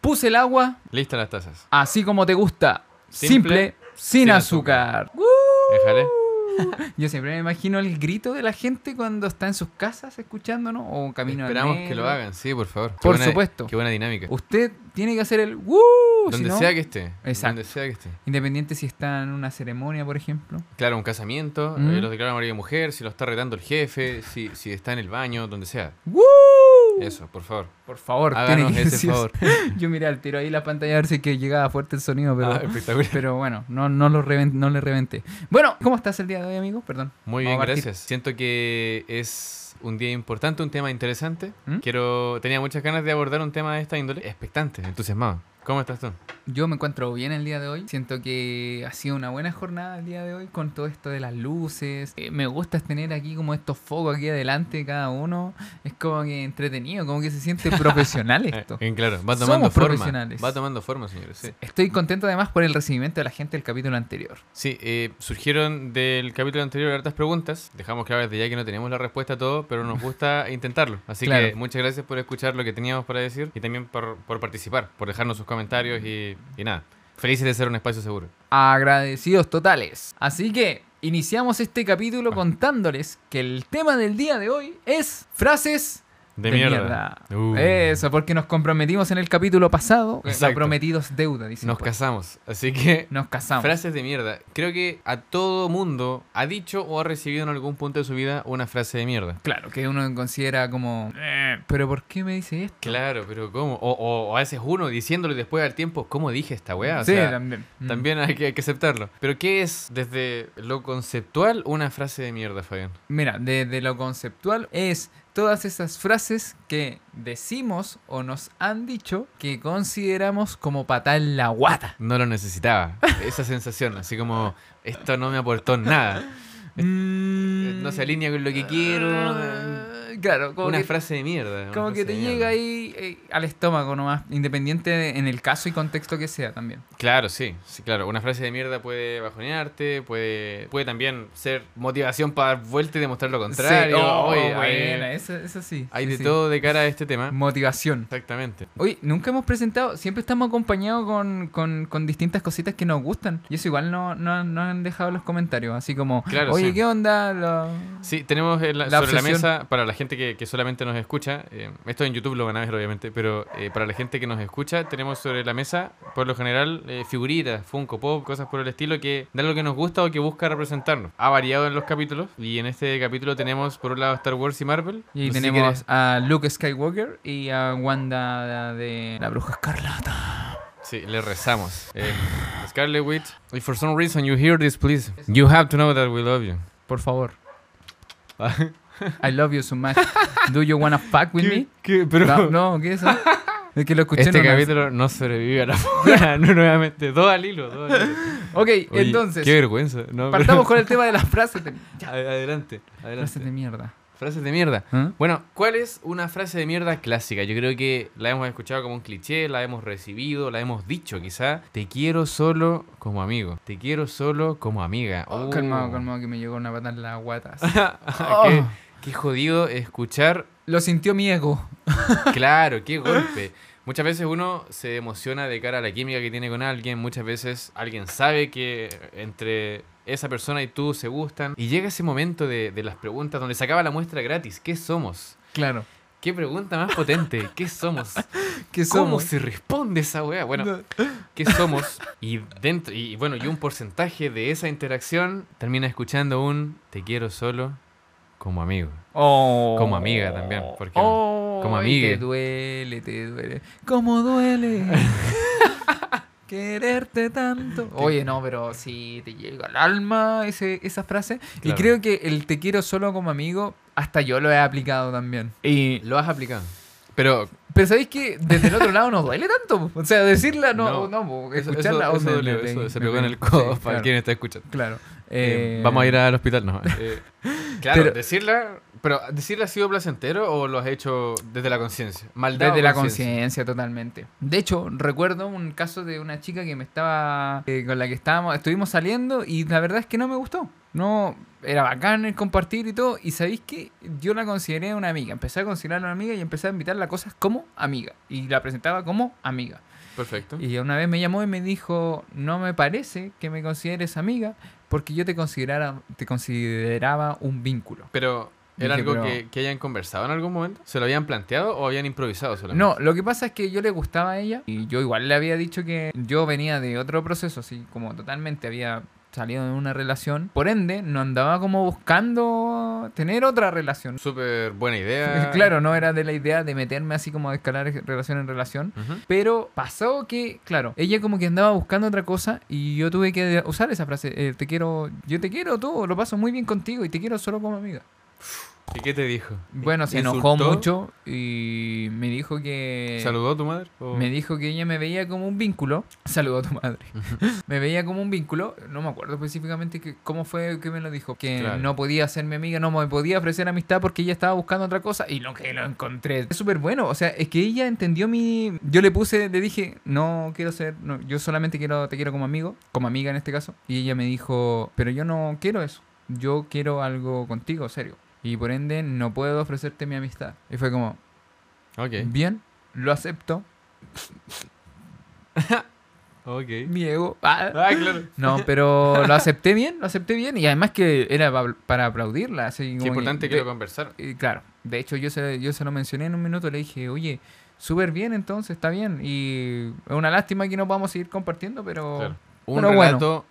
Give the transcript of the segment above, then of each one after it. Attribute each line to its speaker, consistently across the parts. Speaker 1: Produce el agua
Speaker 2: Listas las tazas.
Speaker 1: así como te gusta. Simple,
Speaker 2: Simple,
Speaker 1: sin,
Speaker 2: sin
Speaker 1: azúcar.
Speaker 2: Déjale.
Speaker 1: Yo siempre me imagino el grito de la gente cuando está en sus casas escuchándonos o camino al
Speaker 2: Esperamos que
Speaker 1: metro.
Speaker 2: lo hagan, sí, por favor. Qué
Speaker 1: Por
Speaker 2: buena-
Speaker 1: supuesto.
Speaker 2: Qué buena dinámica.
Speaker 1: Usted tiene que hacer el woo, si
Speaker 2: Donde
Speaker 1: no,
Speaker 2: sea que esté.
Speaker 1: Exacto.
Speaker 2: Donde sea que esté.
Speaker 1: independiente si está en una ceremonia, por ejemplo.
Speaker 2: Claro, un casamiento,
Speaker 1: Mm.
Speaker 2: eh, los declaran marido y mujer, si lo está retando el jefe, si, si está en el baño, donde sea.
Speaker 1: ¡Woo!
Speaker 2: Eso, por favor.
Speaker 1: Por favor, tiene
Speaker 2: Háganos
Speaker 1: que
Speaker 2: ese
Speaker 1: sí o sí.
Speaker 2: favor.
Speaker 1: Yo miré al tiro ahí la pantalla a ver si que llegaba fuerte el sonido, pero,
Speaker 2: Ah, espectacular.
Speaker 1: pero bueno, no, no, lo reven- no le reventé. Bueno, ¿cómo estás el día de hoy, amigo? Perdón.
Speaker 2: Muy
Speaker 1: Vamos
Speaker 2: bien,
Speaker 1: a partir.
Speaker 2: gracias. Siento que es un día importante, un tema interesante.
Speaker 1: ¿Mm?
Speaker 2: Quiero, tenía muchas ganas de abordar un tema de esta índole, expectante, entusiasmado. ¿Cómo estás tú?
Speaker 1: Yo me encuentro bien el día de hoy. Siento que ha sido una buena jornada el día de hoy con todo esto de las luces. Eh, me gusta tener aquí como estos focos aquí adelante de cada uno. Es como que entretenido, como que se siente profesional esto.
Speaker 2: Eh, claro, va
Speaker 1: Somos
Speaker 2: tomando forma.
Speaker 1: profesionales.
Speaker 2: Va tomando forma, señores. Sí,
Speaker 1: Estoy contento además por el recibimiento de la gente del capítulo anterior.
Speaker 2: Sí, eh, surgieron del capítulo anterior hartas preguntas. Dejamos claro desde ya que no tenemos la respuesta a todo, pero nos gusta intentarlo. Así que
Speaker 1: Claro.
Speaker 2: muchas gracias por escuchar lo que teníamos para decir y también por, por participar, por dejarnos sus comentarios y, y nada. Felices de ser un espacio seguro.
Speaker 1: Agradecidos totales. Así que iniciamos este
Speaker 2: Ah.
Speaker 1: capítulo contándoles que el tema del día de hoy es frases
Speaker 2: De, mierda. Uh.
Speaker 1: Eso, porque nos comprometimos en el capítulo pasado.
Speaker 2: Exacto.
Speaker 1: Comprometidos prometidos deuda, dicen.
Speaker 2: Nos
Speaker 1: por ahí.
Speaker 2: casamos. Así que
Speaker 1: pues. Nos casamos.
Speaker 2: Frases de mierda. Creo que a todo mundo ha dicho o ha recibido en algún punto de su vida una frase de mierda.
Speaker 1: Claro, que uno considera como, "Eh, pero ¿por qué me dice esto?
Speaker 2: Claro, pero ¿cómo? O, o- o a veces uno diciéndole después al tiempo, ¿cómo dije esta weá? O
Speaker 1: sí,
Speaker 2: sea,
Speaker 1: también. Mm.
Speaker 2: también hay que, hay que aceptarlo. Pero ¿qué es desde lo conceptual una frase de mierda, Fabián?
Speaker 1: Mira, desde lo conceptual es todas esas frases que decimos o nos han dicho que consideramos como patar la guata.
Speaker 2: No lo necesitaba. Esa sensación, así como, esto no me aportó nada. Eh, No se alinea con lo que quiero. eh,
Speaker 1: Ah, Claro, como
Speaker 2: Una
Speaker 1: que,
Speaker 2: frase de mierda. una
Speaker 1: como que
Speaker 2: frase
Speaker 1: te
Speaker 2: de
Speaker 1: llega
Speaker 2: mierda.
Speaker 1: ahí eh, al estómago nomás, independiente de- en el caso y contexto que sea también.
Speaker 2: Claro, sí, sí, claro. Una frase de mierda puede bajonearte, puede, puede también ser motivación para dar vuelta y demostrar lo contrario.
Speaker 1: Sí, oh,
Speaker 2: Oye,
Speaker 1: buena,
Speaker 2: hay
Speaker 1: eso, eso sí.
Speaker 2: hay
Speaker 1: sí,
Speaker 2: de
Speaker 1: sí.
Speaker 2: todo de cara a este tema.
Speaker 1: Motivación.
Speaker 2: Exactamente.
Speaker 1: Oye, nunca hemos presentado, siempre estamos acompañados con, con- con distintas cositas que nos gustan. Y eso igual no, no, no han dejado los comentarios. Así como,
Speaker 2: Claro,
Speaker 1: oye,
Speaker 2: sí.
Speaker 1: ¿qué onda? Lo-
Speaker 2: Sí, tenemos en la-
Speaker 1: La
Speaker 2: sobre la
Speaker 1: obsesión.
Speaker 2: mesa, para la gente que, que solamente nos escucha, eh, esto en YouTube lo van a ver obviamente, pero eh, para la gente que nos escucha, tenemos sobre la mesa, por lo general, eh, figuritas, Funko Pop, cosas por el estilo que dan lo que nos gusta o que busca representarnos. Ha variado en los capítulos y en este capítulo tenemos por un lado Star Wars y Marvel.
Speaker 1: Y
Speaker 2: No sé si
Speaker 1: tenemos
Speaker 2: quieres-
Speaker 1: a Luke Skywalker y a Wanda de la Bruja Escarlata.
Speaker 2: Sí, le rezamos. Eh, Scarlet Witch, if for some reason you hear this, please, you have to know that we love you.
Speaker 1: Por favor. I love you so much. Do you wanna fuck with me?
Speaker 2: Pero
Speaker 1: No, no, ¿qué es eso? Es que lo escuché
Speaker 2: este
Speaker 1: en una-
Speaker 2: capítulo no sobrevive a la fuga, no, nuevamente. Dos al hilo, dos al hilo.
Speaker 1: Ok,
Speaker 2: Oye,
Speaker 1: entonces,
Speaker 2: Qué vergüenza. No, pero-
Speaker 1: partamos con el tema de las frases de,
Speaker 2: Ad- Adelante, adelante.
Speaker 1: frases de mierda.
Speaker 2: Frases de mierda.
Speaker 1: ¿Ah?
Speaker 2: Bueno, ¿cuál es una frase de mierda clásica? Yo creo que la hemos escuchado como un cliché, la hemos recibido, la hemos dicho quizá. Te quiero solo como amigo. Te quiero solo como amiga.
Speaker 1: Oh,
Speaker 2: Uh.
Speaker 1: Calmado, calmado, Oh. que me llegó una patada en la guata.
Speaker 2: qué, qué jodido escuchar.
Speaker 1: Lo sintió mi ego.
Speaker 2: Claro, qué golpe. Muchas veces uno se emociona de cara a la química que tiene con alguien. Muchas veces alguien sabe que entre esa persona y tú se gustan. Y llega ese momento de, de las preguntas donde se acaba la muestra gratis. ¿Qué somos?
Speaker 1: Claro.
Speaker 2: ¿Qué pregunta más potente? ¿Qué somos?
Speaker 1: ¿Qué
Speaker 2: ¿Cómo
Speaker 1: somos?
Speaker 2: se responde esa weá? Bueno, qué somos y dentro y bueno y un porcentaje de esa interacción termina escuchando un te quiero solo como amigo
Speaker 1: Oh.
Speaker 2: Como amiga también, ¿por qué
Speaker 1: Oh,
Speaker 2: Como
Speaker 1: y
Speaker 2: amigue.
Speaker 1: Te duele, te duele. ¿Cómo duele? Quererte tanto. Oye, no, pero si te llega al alma ese, esa frase. Y
Speaker 2: Claro.
Speaker 1: creo que el te quiero solo como amigo, hasta yo lo he aplicado también. Y...
Speaker 2: lo has aplicado pero
Speaker 1: Pero sabéis que desde el otro lado no duele tanto. po. O sea, decirla no,
Speaker 2: No,
Speaker 1: no, po,
Speaker 2: eso,
Speaker 1: escucharla.
Speaker 2: eso-
Speaker 1: oh,
Speaker 2: eso
Speaker 1: me-
Speaker 2: dolió,
Speaker 1: me-
Speaker 2: eso se
Speaker 1: me
Speaker 2: pegó en el
Speaker 1: pegó.
Speaker 2: codo
Speaker 1: Sí,
Speaker 2: para
Speaker 1: claro.
Speaker 2: quien está escuchando
Speaker 1: Claro.
Speaker 2: Eh,
Speaker 1: Eh,
Speaker 2: vamos a ir al hospital no Eh, claro
Speaker 1: pero-
Speaker 2: decirla pero decirla ha sido placentero o lo has hecho desde la conciencia maldad
Speaker 1: Desde la conciencia, totalmente. De hecho, recuerdo un caso de una chica que me estaba. eh, con la que estábamos. Estuvimos saliendo y la verdad es que no me gustó. No. Era bacán el compartir y todo. Y sabéis que yo la consideré una amiga. Empecé a considerarla una amiga y empecé a invitarla a cosas como amiga. Y la presentaba como amiga.
Speaker 2: Perfecto.
Speaker 1: Y una vez me llamó y me dijo, no me parece que me consideres amiga porque yo te, considerara, te consideraba un vínculo.
Speaker 2: Pero, ¿era
Speaker 1: Dije, pero-
Speaker 2: algo que, que hayan conversado en algún momento? ¿Se lo habían planteado o habían improvisado solamente?
Speaker 1: No, lo que pasa es que yo le gustaba a ella y yo igual le había dicho que yo venía de otro proceso, así como totalmente había salido de una relación. Por ende, no andaba como buscando tener otra relación. Eh,
Speaker 2: Súper buena idea.
Speaker 1: Claro, no era de la idea de meterme así como a escalar relación en relación.
Speaker 2: Ujú.
Speaker 1: Pero pasó que, claro, ella como que andaba buscando otra cosa y yo tuve que usar esa frase, eh, te quiero, yo te quiero tú, lo paso muy bien contigo y te quiero solo como amiga.
Speaker 2: ¿Y qué te dijo?
Speaker 1: Bueno, se enojó
Speaker 2: Eh, ¿Insultó?
Speaker 1: mucho y me dijo que...
Speaker 2: ¿Saludó a tu madre? ¿O-
Speaker 1: Me dijo que ella me veía como un vínculo. Saludo a tu madre. me veía como un vínculo. No me acuerdo específicamente que- cómo fue que me lo dijo. Que
Speaker 2: Claro.
Speaker 1: no podía ser mi amiga, no me podía ofrecer amistad porque ella estaba buscando otra cosa. Y lo que lo encontré es súper bueno. O sea, es que ella entendió mi. Yo le puse, le dije, no quiero ser. no, yo solamente quiero, te quiero como amigo, como amiga en este caso. Y ella me dijo, pero yo no quiero eso. Yo quiero algo contigo, serio. Y por ende, no puedo ofrecerte mi amistad. Y fue como,
Speaker 2: Ok.
Speaker 1: bien, lo acepto.
Speaker 2: Ok.
Speaker 1: Mi ego. ah,
Speaker 2: Ah, claro.
Speaker 1: No, pero lo acepté bien, lo acepté bien. Y además que era pa- para aplaudirla. Así como
Speaker 2: Qué
Speaker 1: que-
Speaker 2: importante que
Speaker 1: de-
Speaker 2: lo conversaron.
Speaker 1: y claro, de hecho yo se, yo se lo mencioné en un minuto, le dije, oye, súper bien entonces, está bien. Y es una lástima que no podamos seguir compartiendo, pero...
Speaker 2: Claro. Un
Speaker 1: Pero bueno.
Speaker 2: relato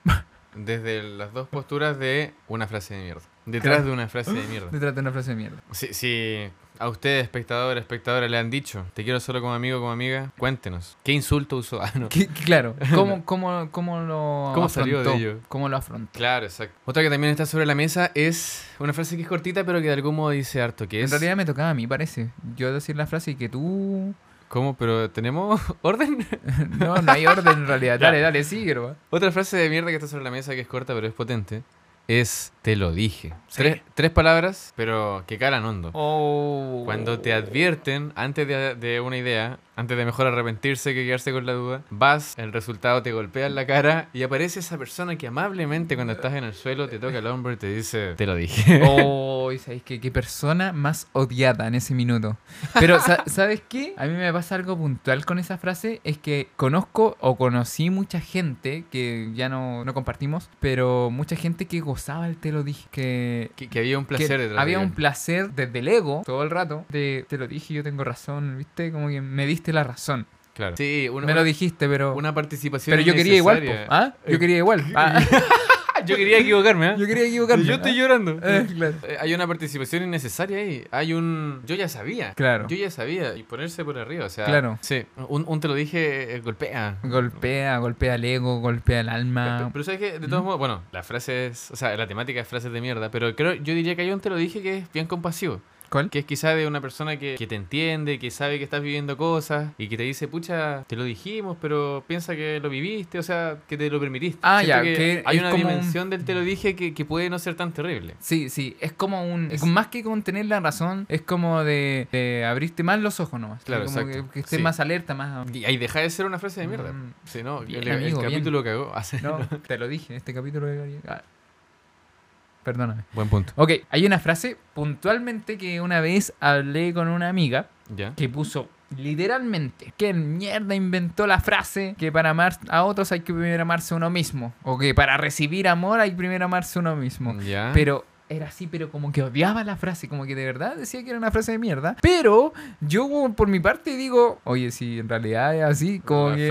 Speaker 2: desde las dos posturas de una frase de mierda. Detrás
Speaker 1: Claro.
Speaker 2: de una frase de mierda.
Speaker 1: Te traté una frase de mierda.
Speaker 2: Si, si a usted, espectador, espectadora, le han dicho, te quiero solo como amigo, como amiga, cuéntenos. ¿Qué insulto usó? Ah, no.
Speaker 1: Que- que claro, ¿cómo, cómo, cómo lo
Speaker 2: ¿Cómo salió de
Speaker 1: afrontó?
Speaker 2: ello?
Speaker 1: ¿Cómo lo afrontó?
Speaker 2: Claro, exacto. Otra que también está sobre la mesa es una frase que es cortita, pero que de algún modo dice harto, que
Speaker 1: En
Speaker 2: es...
Speaker 1: realidad me tocaba a mí, parece. Yo decir la frase y que tú...
Speaker 2: ¿Cómo? ¿Pero tenemos orden?
Speaker 1: No, no hay orden en realidad.
Speaker 2: Ya.
Speaker 1: Dale, dale, sí, pero...
Speaker 2: Otra frase de mierda que está sobre la mesa, que es corta, pero es potente, es te lo dije. Tres, tres palabras, pero que calan hondo.
Speaker 1: Oh.
Speaker 2: Cuando te advierten antes de, de una idea, antes de mejor arrepentirse que quedarse con la duda, vas, el resultado te golpea en la cara y aparece esa persona que amablemente cuando estás en el suelo te toca el hombro y te dice, te lo dije.
Speaker 1: Oh, ¿sabéis qué? Qué persona más odiada en ese minuto. Pero, sa- ¿sabes qué? A mí me pasa algo puntual con esa frase. Es que conozco o conocí mucha gente que ya no, no compartimos, pero mucha gente que gozaba el te lo dije. Que,
Speaker 2: Que, que había un
Speaker 1: que
Speaker 2: placer detrás. de
Speaker 1: había
Speaker 2: ello.
Speaker 1: un placer desde el ego todo el rato de te lo dije, yo tengo razón, ¿viste? Como que me diste la razón.
Speaker 2: Claro. Sí, una,
Speaker 1: me lo
Speaker 2: una-
Speaker 1: dijiste, pero.
Speaker 2: una participación.
Speaker 1: Pero yo quería igual, po.
Speaker 2: innecesaria.
Speaker 1: ¿Ah? Yo quería igual. Ah,
Speaker 2: Yo quería equivocarme, ¿ah?
Speaker 1: yo quería equivocarme.
Speaker 2: Yo estoy llorando.
Speaker 1: Ah, eh, claro.
Speaker 2: Eh, Hay una participación innecesaria ahí. Hay un. Yo ya sabía.
Speaker 1: Claro.
Speaker 2: Yo ya sabía. Y ponerse por arriba, o sea.
Speaker 1: Claro.
Speaker 2: Sí. Un, un te lo dije, eh, golpea.
Speaker 1: Golpea, golpea el ego, golpea el alma.
Speaker 2: Pero, pero sabes que, de todos modos, bueno, la frase es. O sea, la temática es frases de mierda. Pero creo, yo diría que hay un te lo dije que es bien compasivo.
Speaker 1: ¿Cuál?
Speaker 2: Que es quizá de una persona que, que te entiende, que sabe que estás viviendo cosas y que te dice, pucha, te lo dijimos, pero piensa que lo viviste, o sea, que te lo permitiste.
Speaker 1: Ah, ya,
Speaker 2: que
Speaker 1: que
Speaker 2: hay
Speaker 1: es
Speaker 2: una
Speaker 1: como un-
Speaker 2: dimensión del te lo dije que, que puede no ser tan terrible.
Speaker 1: Sí, sí, es como un...
Speaker 2: Es-
Speaker 1: Más que con tener la razón, es como de, de abrirte más los ojos nomás.
Speaker 2: Claro,
Speaker 1: como que,
Speaker 2: exacto,
Speaker 1: que estés
Speaker 2: sí.
Speaker 1: más alerta, más...
Speaker 2: Y ahí deja de ser una frase de mierda.
Speaker 1: Mm,
Speaker 2: Si no,
Speaker 1: bien,
Speaker 2: el, el
Speaker 1: amigo, bien.
Speaker 2: capítulo cagó. Ah, sí.
Speaker 1: No, te lo dije en este capítulo de... Ah. Perdóname.
Speaker 2: Buen punto.
Speaker 1: Ok, hay una frase puntualmente que una vez hablé con una amiga
Speaker 2: ¿Ya?
Speaker 1: que puso literalmente que mierda inventó la frase que para amar a otros hay que primero amarse uno mismo o que para recibir amor hay que primero amarse uno mismo.
Speaker 2: ¿Ya?
Speaker 1: Pero era así, pero como que odiaba la frase, como que de verdad decía que era una frase de mierda. Pero yo como por mi parte digo, oye, si en realidad es así, como
Speaker 2: la
Speaker 1: que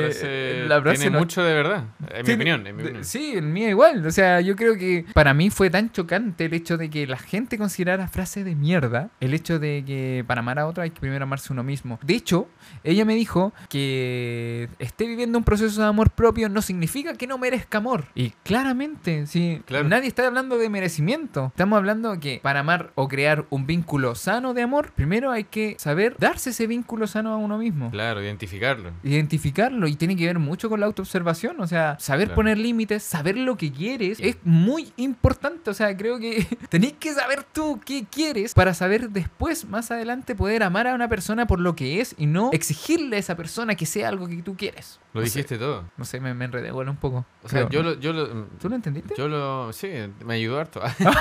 Speaker 1: eh,
Speaker 2: frase
Speaker 1: la frase
Speaker 2: tiene
Speaker 1: no-
Speaker 2: mucho de verdad. En mi
Speaker 1: tiene-
Speaker 2: opinión, en mi
Speaker 1: de-
Speaker 2: opinión.
Speaker 1: Sí, en mí igual. O sea, yo creo que para mí fue tan chocante el hecho de que la gente considerara frase de mierda, el hecho de que para amar a otro hay que primero amarse uno mismo. De hecho, ella me dijo que esté viviendo un proceso de amor propio no significa que no merezca amor. Y claramente, sí,
Speaker 2: Claro.
Speaker 1: nadie está hablando de merecimiento. Estamos hablando que para amar o crear un vínculo sano de amor, primero hay que saber darse ese vínculo sano a uno mismo
Speaker 2: Claro, identificarlo.
Speaker 1: identificarlo y tiene que ver mucho con la autoobservación, o sea, saber
Speaker 2: Claro.
Speaker 1: poner límites, saber lo que quieres es muy importante, o sea, creo que tenés que saber tú qué quieres para saber después, más adelante, poder amar a una persona por lo que es y no exigirle a esa persona que sea algo que tú quieres.
Speaker 2: Lo
Speaker 1: No sé,
Speaker 2: dijiste todo.
Speaker 1: No sé, me, me enredé igual un poco.
Speaker 2: O sea,
Speaker 1: creo.
Speaker 2: yo lo, yo lo.
Speaker 1: ¿Tú lo entendiste?
Speaker 2: Yo lo. Sí, me ayudó harto.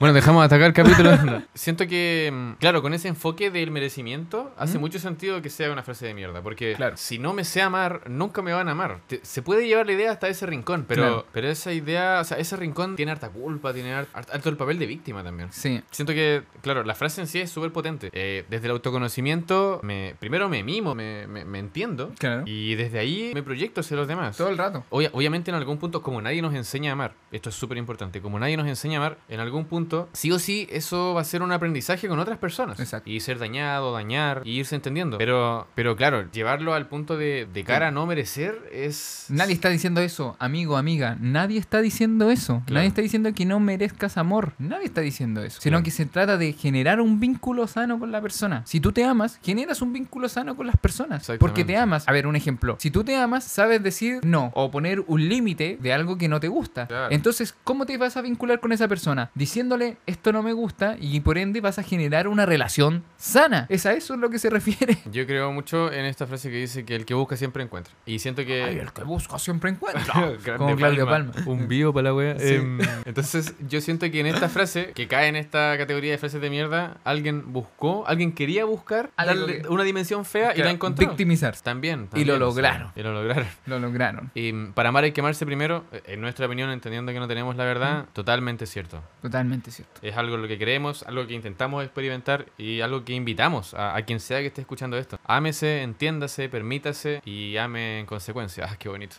Speaker 2: Bueno, dejamos hasta acá el capítulo. No. Siento que, mm, claro, con ese enfoque del merecimiento, hace mucho sentido que sea una frase de mierda. Porque
Speaker 1: Claro.
Speaker 2: si no me sé amar, nunca me van a amar. Te- se puede llevar la idea hasta ese rincón, pero,
Speaker 1: Claro.
Speaker 2: pero esa idea, o sea, ese rincón tiene harta culpa, tiene har- harto, el papel de víctima también.
Speaker 1: Sí,
Speaker 2: Siento que, claro, la frase en sí es súper potente. Eh, desde el autoconocimiento, me, primero me mimo, me, me- me entiendo.
Speaker 1: claro.
Speaker 2: Y desde ahí me proyecto hacia los demás.
Speaker 1: Todo el rato.
Speaker 2: Obvia- obviamente en algún punto, como nadie nos enseña a amar, esto es súper importante, como nadie nos enseña a amar, en algún punto, sí o sí, eso va a ser un aprendizaje con otras personas.
Speaker 1: Exacto.
Speaker 2: Y ser dañado, dañar, y irse entendiendo. Pero, pero claro, llevarlo al punto de, de cara a no merecer es...
Speaker 1: Nadie está diciendo eso, amigo, amiga. Nadie está diciendo eso.
Speaker 2: Claro.
Speaker 1: Nadie está diciendo que no merezcas amor. Nadie está diciendo eso. Sino
Speaker 2: Claro.
Speaker 1: que se trata de generar un vínculo sano con la persona. Si tú te amas, generas un vínculo sano con las personas. Porque te
Speaker 2: Exactamente.
Speaker 1: amas. A ver, un ejemplo. Si tú te amas, sabes decir no o poner un límite de algo que no te gusta.
Speaker 2: Claro.
Speaker 1: Entonces, ¿cómo te vas a vincular con esa persona? Diciéndole esto no me gusta y por ende vas a generar una relación sana. Es a eso lo que se refiere.
Speaker 2: Yo creo mucho en esta frase que dice que el que busca siempre encuentra. Y siento que...
Speaker 1: Ay, el que busco siempre encuentra.
Speaker 2: Eh. Grande
Speaker 1: Como Claudio Palma.
Speaker 2: Un bio para la wea.
Speaker 1: Sí.
Speaker 2: Em, entonces, yo siento que en esta frase, que cae en esta categoría de frases de mierda, alguien buscó, alguien quería buscar
Speaker 1: Algo
Speaker 2: darle
Speaker 1: que-
Speaker 2: una dimensión fea y la encontró.
Speaker 1: Victimizarse.
Speaker 2: También,
Speaker 1: Y lo
Speaker 2: también,
Speaker 1: lograron.
Speaker 2: sí, Y lo lograron.
Speaker 1: Lo lograron,
Speaker 2: Y mm, para amar y quemarse primero, eh, en nuestra opinión, entendiendo que no tenemos la verdad, totalmente cierto.
Speaker 1: totalmente cierto.
Speaker 2: Es algo en lo que creemos, algo que intentamos experimentar y algo que invitamos a, a quien sea que esté escuchando esto. Ámese, entiéndase, permítase y ame en consecuencia. Ah, qué bonito.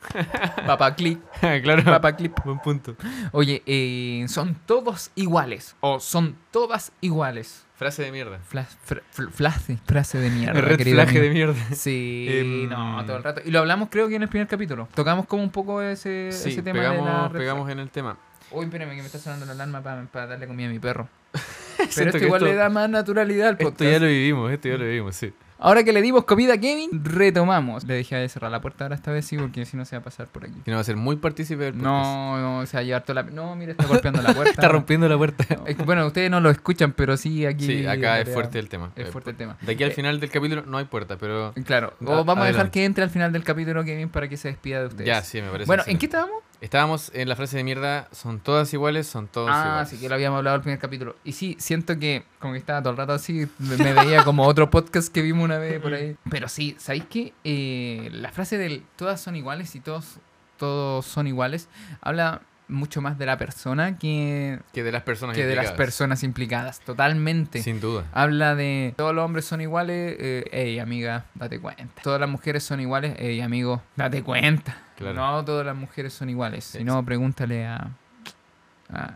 Speaker 1: Papá clip,
Speaker 2: claro.
Speaker 1: papá clip.
Speaker 2: Buen punto.
Speaker 1: Oye, eh, son todos iguales. O son todas iguales.
Speaker 2: Frase de mierda.
Speaker 1: Flas- fr- fl- Frase, frase de mierda.
Speaker 2: Red
Speaker 1: querido
Speaker 2: flag
Speaker 1: amigo.
Speaker 2: de mierda.
Speaker 1: Sí,
Speaker 2: Em,
Speaker 1: no, todo el rato. Y lo hablamos creo que en el primer capítulo. Tocamos como un poco ese,
Speaker 2: Sí,
Speaker 1: ese tema
Speaker 2: pegamos,
Speaker 1: de la red
Speaker 2: pegamos en el tema.
Speaker 1: flag. Uy, espérame que me está sonando la alarma para darle comida a mi perro. Pero
Speaker 2: Siento
Speaker 1: esto
Speaker 2: que
Speaker 1: igual
Speaker 2: esto-
Speaker 1: le da más naturalidad al
Speaker 2: Esto
Speaker 1: podcast.
Speaker 2: ya lo vivimos, esto ya lo vivimos, sí.
Speaker 1: Ahora que le dimos comida a Kevin, retomamos. Le dejé de cerrar la puerta ahora esta vez sí, porque si no se va a pasar por aquí.
Speaker 2: Que no va a ser muy partícipe del podcast.
Speaker 1: No, no, se va a llevar toda la... No, mira, está golpeando la puerta.
Speaker 2: Está rompiendo la puerta.
Speaker 1: Es que, bueno, ustedes no lo escuchan, pero sí aquí...
Speaker 2: Sí, acá es
Speaker 1: tarea-
Speaker 2: fuerte el tema.
Speaker 1: Es fuerte el tema.
Speaker 2: De aquí al
Speaker 1: Eh,
Speaker 2: final del capítulo no hay puerta, pero
Speaker 1: Claro, o
Speaker 2: A-
Speaker 1: vamos a dejar
Speaker 2: Ah, adelante.
Speaker 1: que entre al final del capítulo Kevin para que se despida de ustedes.
Speaker 2: ya sí, me parece.
Speaker 1: Bueno, ¿en
Speaker 2: excelente.
Speaker 1: qué estábamos?
Speaker 2: Estábamos en la frase de mierda, son todas iguales, son todos
Speaker 1: Ah,
Speaker 2: iguales.
Speaker 1: sí, que lo habíamos hablado el primer capítulo. Y sí, siento que como que estaba todo el rato así, me me veía como otro podcast que vimos una vez por ahí. Pero sí, ¿sabéis qué? Eh, la frase del todas son iguales y todos, todos son iguales habla mucho más de la persona que,
Speaker 2: Que de las personas
Speaker 1: que de las
Speaker 2: implicadas.
Speaker 1: personas implicadas, totalmente.
Speaker 2: Sin duda.
Speaker 1: Habla de todos los hombres son iguales, eh, ey amiga, date cuenta. Todas las mujeres son iguales, ey amigo, date cuenta.
Speaker 2: Claro.
Speaker 1: Ah, No todas las mujeres son iguales, si
Speaker 2: Es-
Speaker 1: no pregúntale a... a-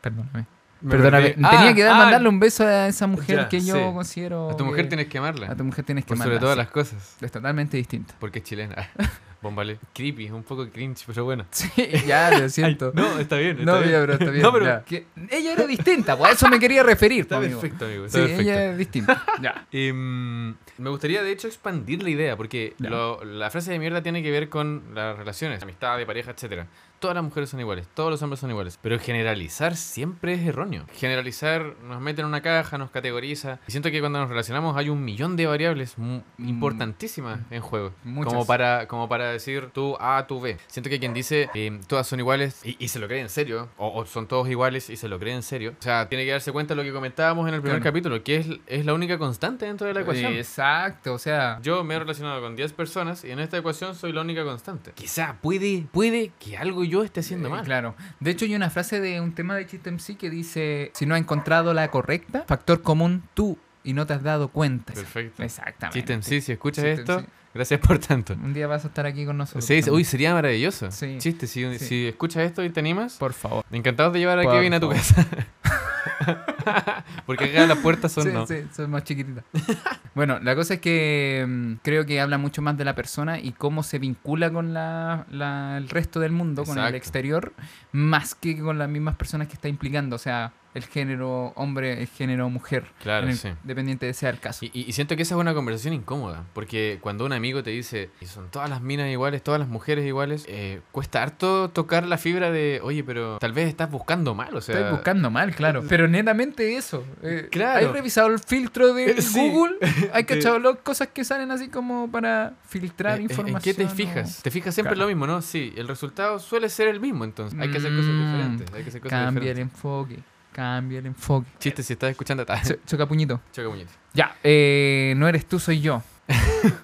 Speaker 1: Perdóname.
Speaker 2: Me
Speaker 1: Perdóname.
Speaker 2: perdí.
Speaker 1: Tenía
Speaker 2: Ah,
Speaker 1: que dar-
Speaker 2: ah,
Speaker 1: mandarle un beso a esa mujer
Speaker 2: Ya,
Speaker 1: que yo
Speaker 2: sí.
Speaker 1: considero...
Speaker 2: A tu
Speaker 1: que-
Speaker 2: mujer tienes que amarla.
Speaker 1: A tu mujer tienes que
Speaker 2: por sobre
Speaker 1: mandarla,
Speaker 2: todas
Speaker 1: sí.
Speaker 2: las cosas.
Speaker 1: Es totalmente distinto.
Speaker 2: Porque es chilena. Bombale. Creepy, un poco cringe, pero bueno.
Speaker 1: Sí, ya, lo siento.
Speaker 2: No, está bien.
Speaker 1: No,
Speaker 2: está bien.
Speaker 1: ya, pero está bien.
Speaker 2: No, pero-
Speaker 1: ya. Que- ella era distinta, pues, a eso me quería referir.
Speaker 2: Está
Speaker 1: po, amigo.
Speaker 2: perfecto, amigo. Está
Speaker 1: Sí,
Speaker 2: perfecto.
Speaker 1: ella es distinta. Pues, ya.
Speaker 2: Em, me gustaría de hecho expandir la idea, porque
Speaker 1: Ya.
Speaker 2: lo- la frase de mierda tiene que ver con las relaciones, amistad, de pareja, etcétera. Todas las mujeres son iguales, todos los hombres son iguales, pero generalizar siempre es erróneo. Generalizar nos mete en una caja, nos categoriza, y siento que cuando nos relacionamos hay un millón de variables mu-
Speaker 1: Mm.
Speaker 2: importantísimas en juego,
Speaker 1: Muchas.
Speaker 2: como para como para decir tú A, tú B. Siento que quien dice em, todas son iguales y, y se lo cree en serio, o, o son todos iguales y se lo cree en serio, o sea, tiene que darse cuenta de lo que comentábamos en el primer
Speaker 1: Claro.
Speaker 2: capítulo, que es, es la única constante dentro de la ecuación.
Speaker 1: Exacto, o sea...
Speaker 2: Yo me he relacionado con 10 personas y en esta ecuación soy la única constante. Quizá puede, puede que algo yo esté haciendo
Speaker 1: Eh,
Speaker 2: mal.
Speaker 1: Claro. De hecho, hay una frase de un tema de Chiste MC que dice: Si no ha encontrado la correcta, factor común tú y no te has dado cuenta.
Speaker 2: Perfecto.
Speaker 1: Exactamente.
Speaker 2: Chisten, sí, si escuchas
Speaker 1: Chiste
Speaker 2: esto,
Speaker 1: MC.
Speaker 2: gracias por tanto.
Speaker 1: Un día vas a estar aquí con nosotros.
Speaker 2: Sí, sí,
Speaker 1: también.
Speaker 2: uy, sería maravilloso.
Speaker 1: Sí.
Speaker 2: Chiste, si,
Speaker 1: Sí.
Speaker 2: si escuchas esto y te animas,
Speaker 1: Por favor.
Speaker 2: encantados de llevar a
Speaker 1: Por
Speaker 2: Kevin a tu
Speaker 1: favor.
Speaker 2: casa. Porque acá las puertas son
Speaker 1: Sí,
Speaker 2: no.
Speaker 1: sí, son más chiquititas. bueno, la cosa es que mm, creo que habla mucho más de la persona y cómo se vincula con la, la- el resto del mundo, con el
Speaker 2: Exacto.
Speaker 1: exterior, más que con las mismas personas que está implicando. O sea, el género hombre, el género mujer.
Speaker 2: Claro,
Speaker 1: en el-
Speaker 2: sí.
Speaker 1: Dependiente de sea el caso.
Speaker 2: Y, y- y siento que esa es una conversación incómoda, porque cuando un amigo te dice, y son todas las minas iguales, todas las mujeres iguales, eh, cuesta harto tocar la fibra de, oye, pero tal vez estás buscando mal, o sea... eh,
Speaker 1: Estoy buscando mal, claro. Pero netamente eso. Eh,
Speaker 2: Claro.
Speaker 1: ¿Hay revisado el filtro de
Speaker 2: Eh, sí.
Speaker 1: Google? ¿Hay
Speaker 2: De-
Speaker 1: cachado las cosas que salen así como para filtrar
Speaker 2: eh, eh,
Speaker 1: información?
Speaker 2: ¿En qué te
Speaker 1: o-
Speaker 2: fijas? Te fijas siempre en
Speaker 1: Claro.
Speaker 2: lo mismo, ¿no? Sí, el resultado suele ser el mismo, entonces hay que hacer cosas
Speaker 1: Mm.
Speaker 2: diferentes. Hay que hacer cosas
Speaker 1: Cambia el
Speaker 2: diferentes.
Speaker 1: enfoque. Cambia el enfoque.
Speaker 2: Chiste, si estás escuchando, ta-
Speaker 1: Cho- Chocapuñito.
Speaker 2: choca puñete.
Speaker 1: Ya, eh, no eres tú, soy yo.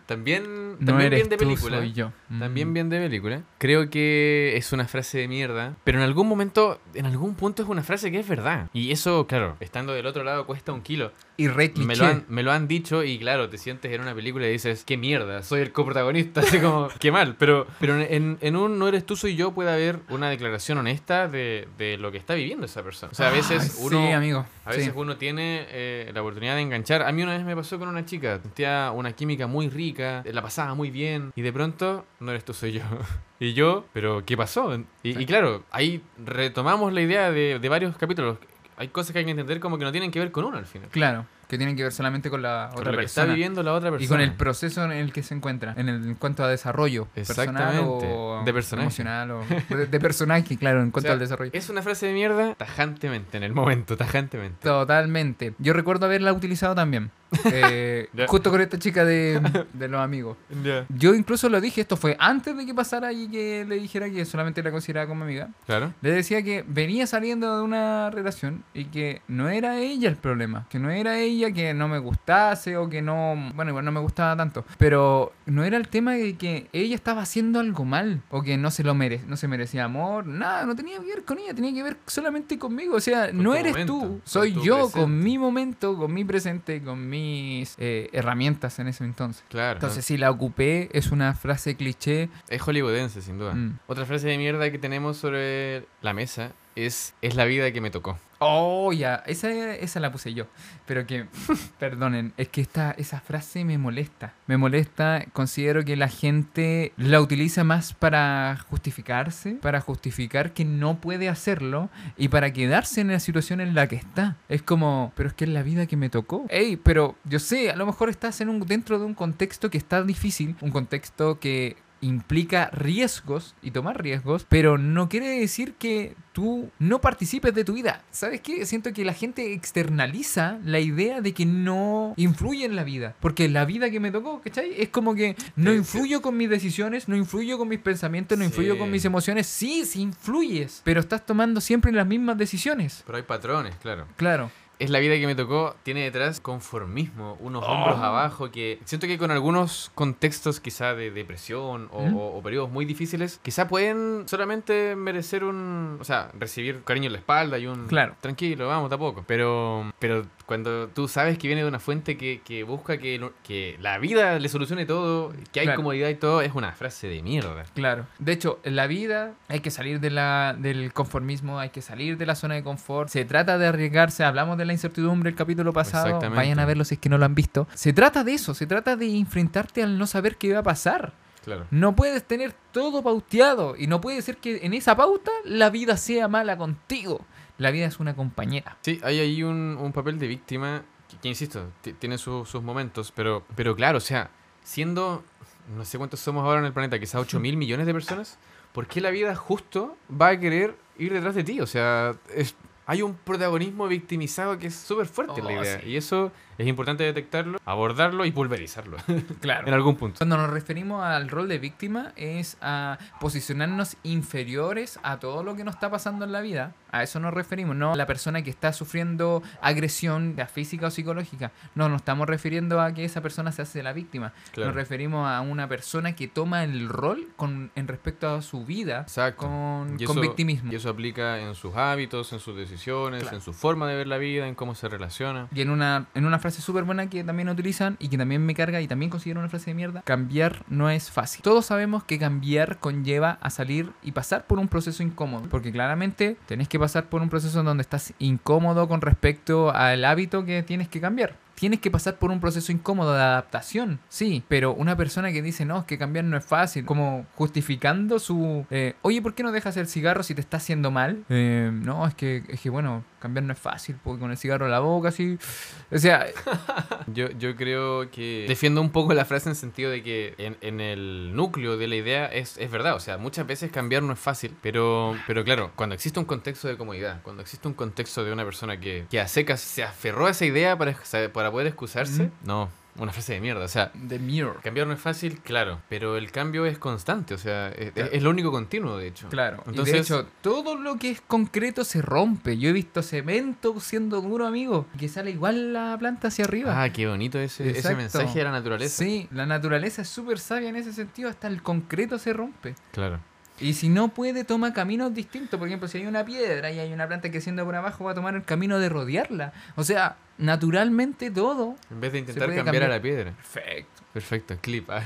Speaker 2: También,
Speaker 1: No
Speaker 2: también
Speaker 1: eres
Speaker 2: bien de
Speaker 1: tú,
Speaker 2: película. ¿eh?
Speaker 1: soy yo. Mm.
Speaker 2: También bien de película. Creo que es una frase de mierda, pero en algún momento, en algún punto es una frase que es verdad. Y eso, claro, estando del otro lado cuesta un kilo.
Speaker 1: Y re cliché.
Speaker 2: Me lo, han, me lo han dicho y claro, te sientes en una película y dices, qué mierda, soy el coprotagonista, así como, qué mal. Pero, pero en, en un No eres tú, soy yo puede haber una declaración honesta de, de lo que está viviendo esa persona. O sea, a veces
Speaker 1: Ay,
Speaker 2: uno...
Speaker 1: Sí, amigo.
Speaker 2: A veces
Speaker 1: sí.
Speaker 2: uno tiene eh, la oportunidad de enganchar. A mí una vez me pasó con una chica. Sentía una química muy rica, la pasaba muy bien. Y de pronto, no eres tú, soy yo. y yo, ¿pero qué pasó? Y, y claro, ahí retomamos la idea de, de varios capítulos. Hay cosas que hay que entender como que no tienen que ver con uno al final.
Speaker 1: Claro, que tienen que ver solamente con la
Speaker 2: Con
Speaker 1: otra
Speaker 2: lo que está
Speaker 1: persona.
Speaker 2: viviendo la otra persona.
Speaker 1: Y con el proceso en el que se encuentra, en, el, en cuanto a desarrollo personal
Speaker 2: Exactamente.
Speaker 1: o
Speaker 2: De personaje.
Speaker 1: emocional o de, de personaje, claro, en cuanto
Speaker 2: O sea,
Speaker 1: al desarrollo.
Speaker 2: Es una frase de mierda tajantemente en el momento, tajantemente.
Speaker 1: Totalmente. Yo recuerdo haberla utilizado también. Eh,
Speaker 2: Ya.
Speaker 1: justo con esta chica de, de los amigos. Yo incluso lo dije, esto fue antes de que pasara y que le dijera que solamente la consideraba como amiga.
Speaker 2: Claro.
Speaker 1: Le decía que venía saliendo de una relación y que no era ella el problema, que no era ella que no me gustase o que no, bueno, igual no me gustaba tanto, pero no era el tema de que ella estaba haciendo algo mal o que no se lo merece, no se merecía amor, nada, no tenía que ver con ella, tenía que ver solamente conmigo, o sea,
Speaker 2: Con
Speaker 1: no
Speaker 2: tu
Speaker 1: eres
Speaker 2: momento,
Speaker 1: tú,
Speaker 2: con
Speaker 1: soy
Speaker 2: tu
Speaker 1: yo con
Speaker 2: presente.
Speaker 1: mi momento, con mi presente, con mis eh, herramientas en ese entonces.
Speaker 2: Claro.
Speaker 1: Entonces, si la ocupé, es una frase cliché.
Speaker 2: Es hollywoodense, sin duda.
Speaker 1: Mm.
Speaker 2: Otra frase de mierda que tenemos sobre la mesa es es la vida que me tocó.
Speaker 1: Oh, ya, esa, esa la puse yo. Pero que, perdonen, es que esta, esa frase me molesta. Me molesta, considero que la gente la utiliza más para justificarse, para justificar que no puede hacerlo y para quedarse en la situación en la que está. Es como, pero es que es la vida que me tocó. Ey, pero yo sé, a lo mejor estás en un, dentro de un contexto que está difícil, un contexto que implica riesgos y tomar riesgos, pero no quiere decir que tú no participes de tu vida. ¿Sabes qué? Siento que la gente externaliza la idea de que no influye en la vida, porque la vida que me tocó, ¿cachai? Es como que no
Speaker 2: Sí, sí.
Speaker 1: influyo con mis decisiones, no influyo con mis pensamientos, no influyo con
Speaker 2: Sí.
Speaker 1: mis emociones. Sí, sí influyes, pero estás tomando siempre las mismas decisiones.
Speaker 2: Pero hay patrones, claro.
Speaker 1: Claro.
Speaker 2: Es la vida que me tocó, tiene detrás conformismo, unos hombros
Speaker 1: Oh.
Speaker 2: abajo que siento que con algunos contextos quizá de depresión o,
Speaker 1: ¿Mm?
Speaker 2: o- o periodos muy difíciles, quizá pueden solamente merecer un, o sea, recibir cariño en la espalda y un
Speaker 1: Claro.
Speaker 2: tranquilo, vamos, tampoco. Pero pero cuando tú sabes que viene de una fuente que, que busca que, lo- que la vida le solucione todo, que hay
Speaker 1: Claro.
Speaker 2: comodidad y todo, es una frase de mierda.
Speaker 1: Claro. De hecho, en la vida hay que salir de la, del conformismo, hay que salir de la zona de confort. Se trata de arriesgarse. Hablamos de la incertidumbre el capítulo pasado.
Speaker 2: Exactamente.
Speaker 1: Vayan a verlo si es que no lo han visto. Se trata de eso, se trata de enfrentarte al no saber qué va a pasar.
Speaker 2: Claro.
Speaker 1: No puedes tener todo pauteado y no puede ser que en esa pauta la vida sea mala contigo. La vida es una compañera.
Speaker 2: Sí, hay ahí un, un papel de víctima que, que insisto, ti- tiene su- sus momentos, pero, pero claro, o sea, siendo, no sé cuántos somos ahora en el planeta, quizá 8 mil millones de personas, ¿por qué la vida justo va a querer ir detrás de ti? O sea, es- hay un protagonismo victimizado que es súper fuerte en la
Speaker 1: Oh,
Speaker 2: idea,
Speaker 1: sí.
Speaker 2: y eso es importante detectarlo, abordarlo y pulverizarlo
Speaker 1: Claro.
Speaker 2: en algún punto.
Speaker 1: Cuando nos referimos al rol de víctima es a posicionarnos inferiores a todo lo que nos está pasando en la vida. A eso nos referimos, no a la persona que está sufriendo agresión, ya física o psicológica. No, nos estamos refiriendo a que esa persona se hace la víctima. Nos referimos a una persona que toma el rol con, en respecto a su vida
Speaker 2: Exacto.
Speaker 1: con,
Speaker 2: Y
Speaker 1: con
Speaker 2: eso-
Speaker 1: victimismo.
Speaker 2: Y eso aplica en sus hábitos, en sus decisiones,
Speaker 1: Claro.
Speaker 2: en su forma de ver la vida, en cómo se relaciona.
Speaker 1: Y en una, en una frase súper buena que también utilizan y que también me carga y también considero una frase de mierda, cambiar no es fácil. Todos sabemos que cambiar conlleva a salir y pasar por un proceso incómodo, porque claramente tenés que pasar por un proceso en donde estás incómodo con respecto al hábito que tienes que cambiar. Tienes que pasar por un proceso incómodo de adaptación, sí, pero una persona que dice, no, es que cambiar no es fácil, como justificando su, eh, oye, ¿por qué no dejas el cigarro si te está haciendo mal? Eh, no, es que, es que bueno, Cambiar no es fácil, porque con el cigarro en la boca, así. O sea,
Speaker 2: Yo, yo creo que defiendo un poco la frase en sentido de que en, en el núcleo de la idea es, es verdad. O sea, muchas veces cambiar no es fácil, pero, pero claro, cuando existe un contexto de comodidad, cuando existe un contexto de una persona que, que a secas se aferró a esa idea para, para poder excusarse,
Speaker 1: Ujú.
Speaker 2: no, una frase de mierda. O sea,
Speaker 1: The Mirror.
Speaker 2: cambiar no es fácil, claro, pero el cambio es constante. O sea, es,
Speaker 1: Claro.
Speaker 2: es lo único continuo, de hecho.
Speaker 1: Claro.
Speaker 2: Entonces-
Speaker 1: y de hecho, todo lo que es concreto se rompe. Yo he visto cemento siendo duro, amigo, que sale igual la planta hacia arriba.
Speaker 2: Ah, qué bonito ese, ese
Speaker 1: Exacto.
Speaker 2: mensaje de la naturaleza.
Speaker 1: Sí, la naturaleza es súper sabia en ese sentido, hasta el concreto se rompe.
Speaker 2: Claro.
Speaker 1: Y si no puede, toma caminos distintos. Por ejemplo, si hay una piedra y hay una planta creciendo por abajo, va a tomar el camino de rodearla. O sea, naturalmente todo.
Speaker 2: En vez de intentar
Speaker 1: puede
Speaker 2: cambiar, a
Speaker 1: cambiar.
Speaker 2: la piedra.
Speaker 1: Perfecto.
Speaker 2: Perfecto, clip. ah.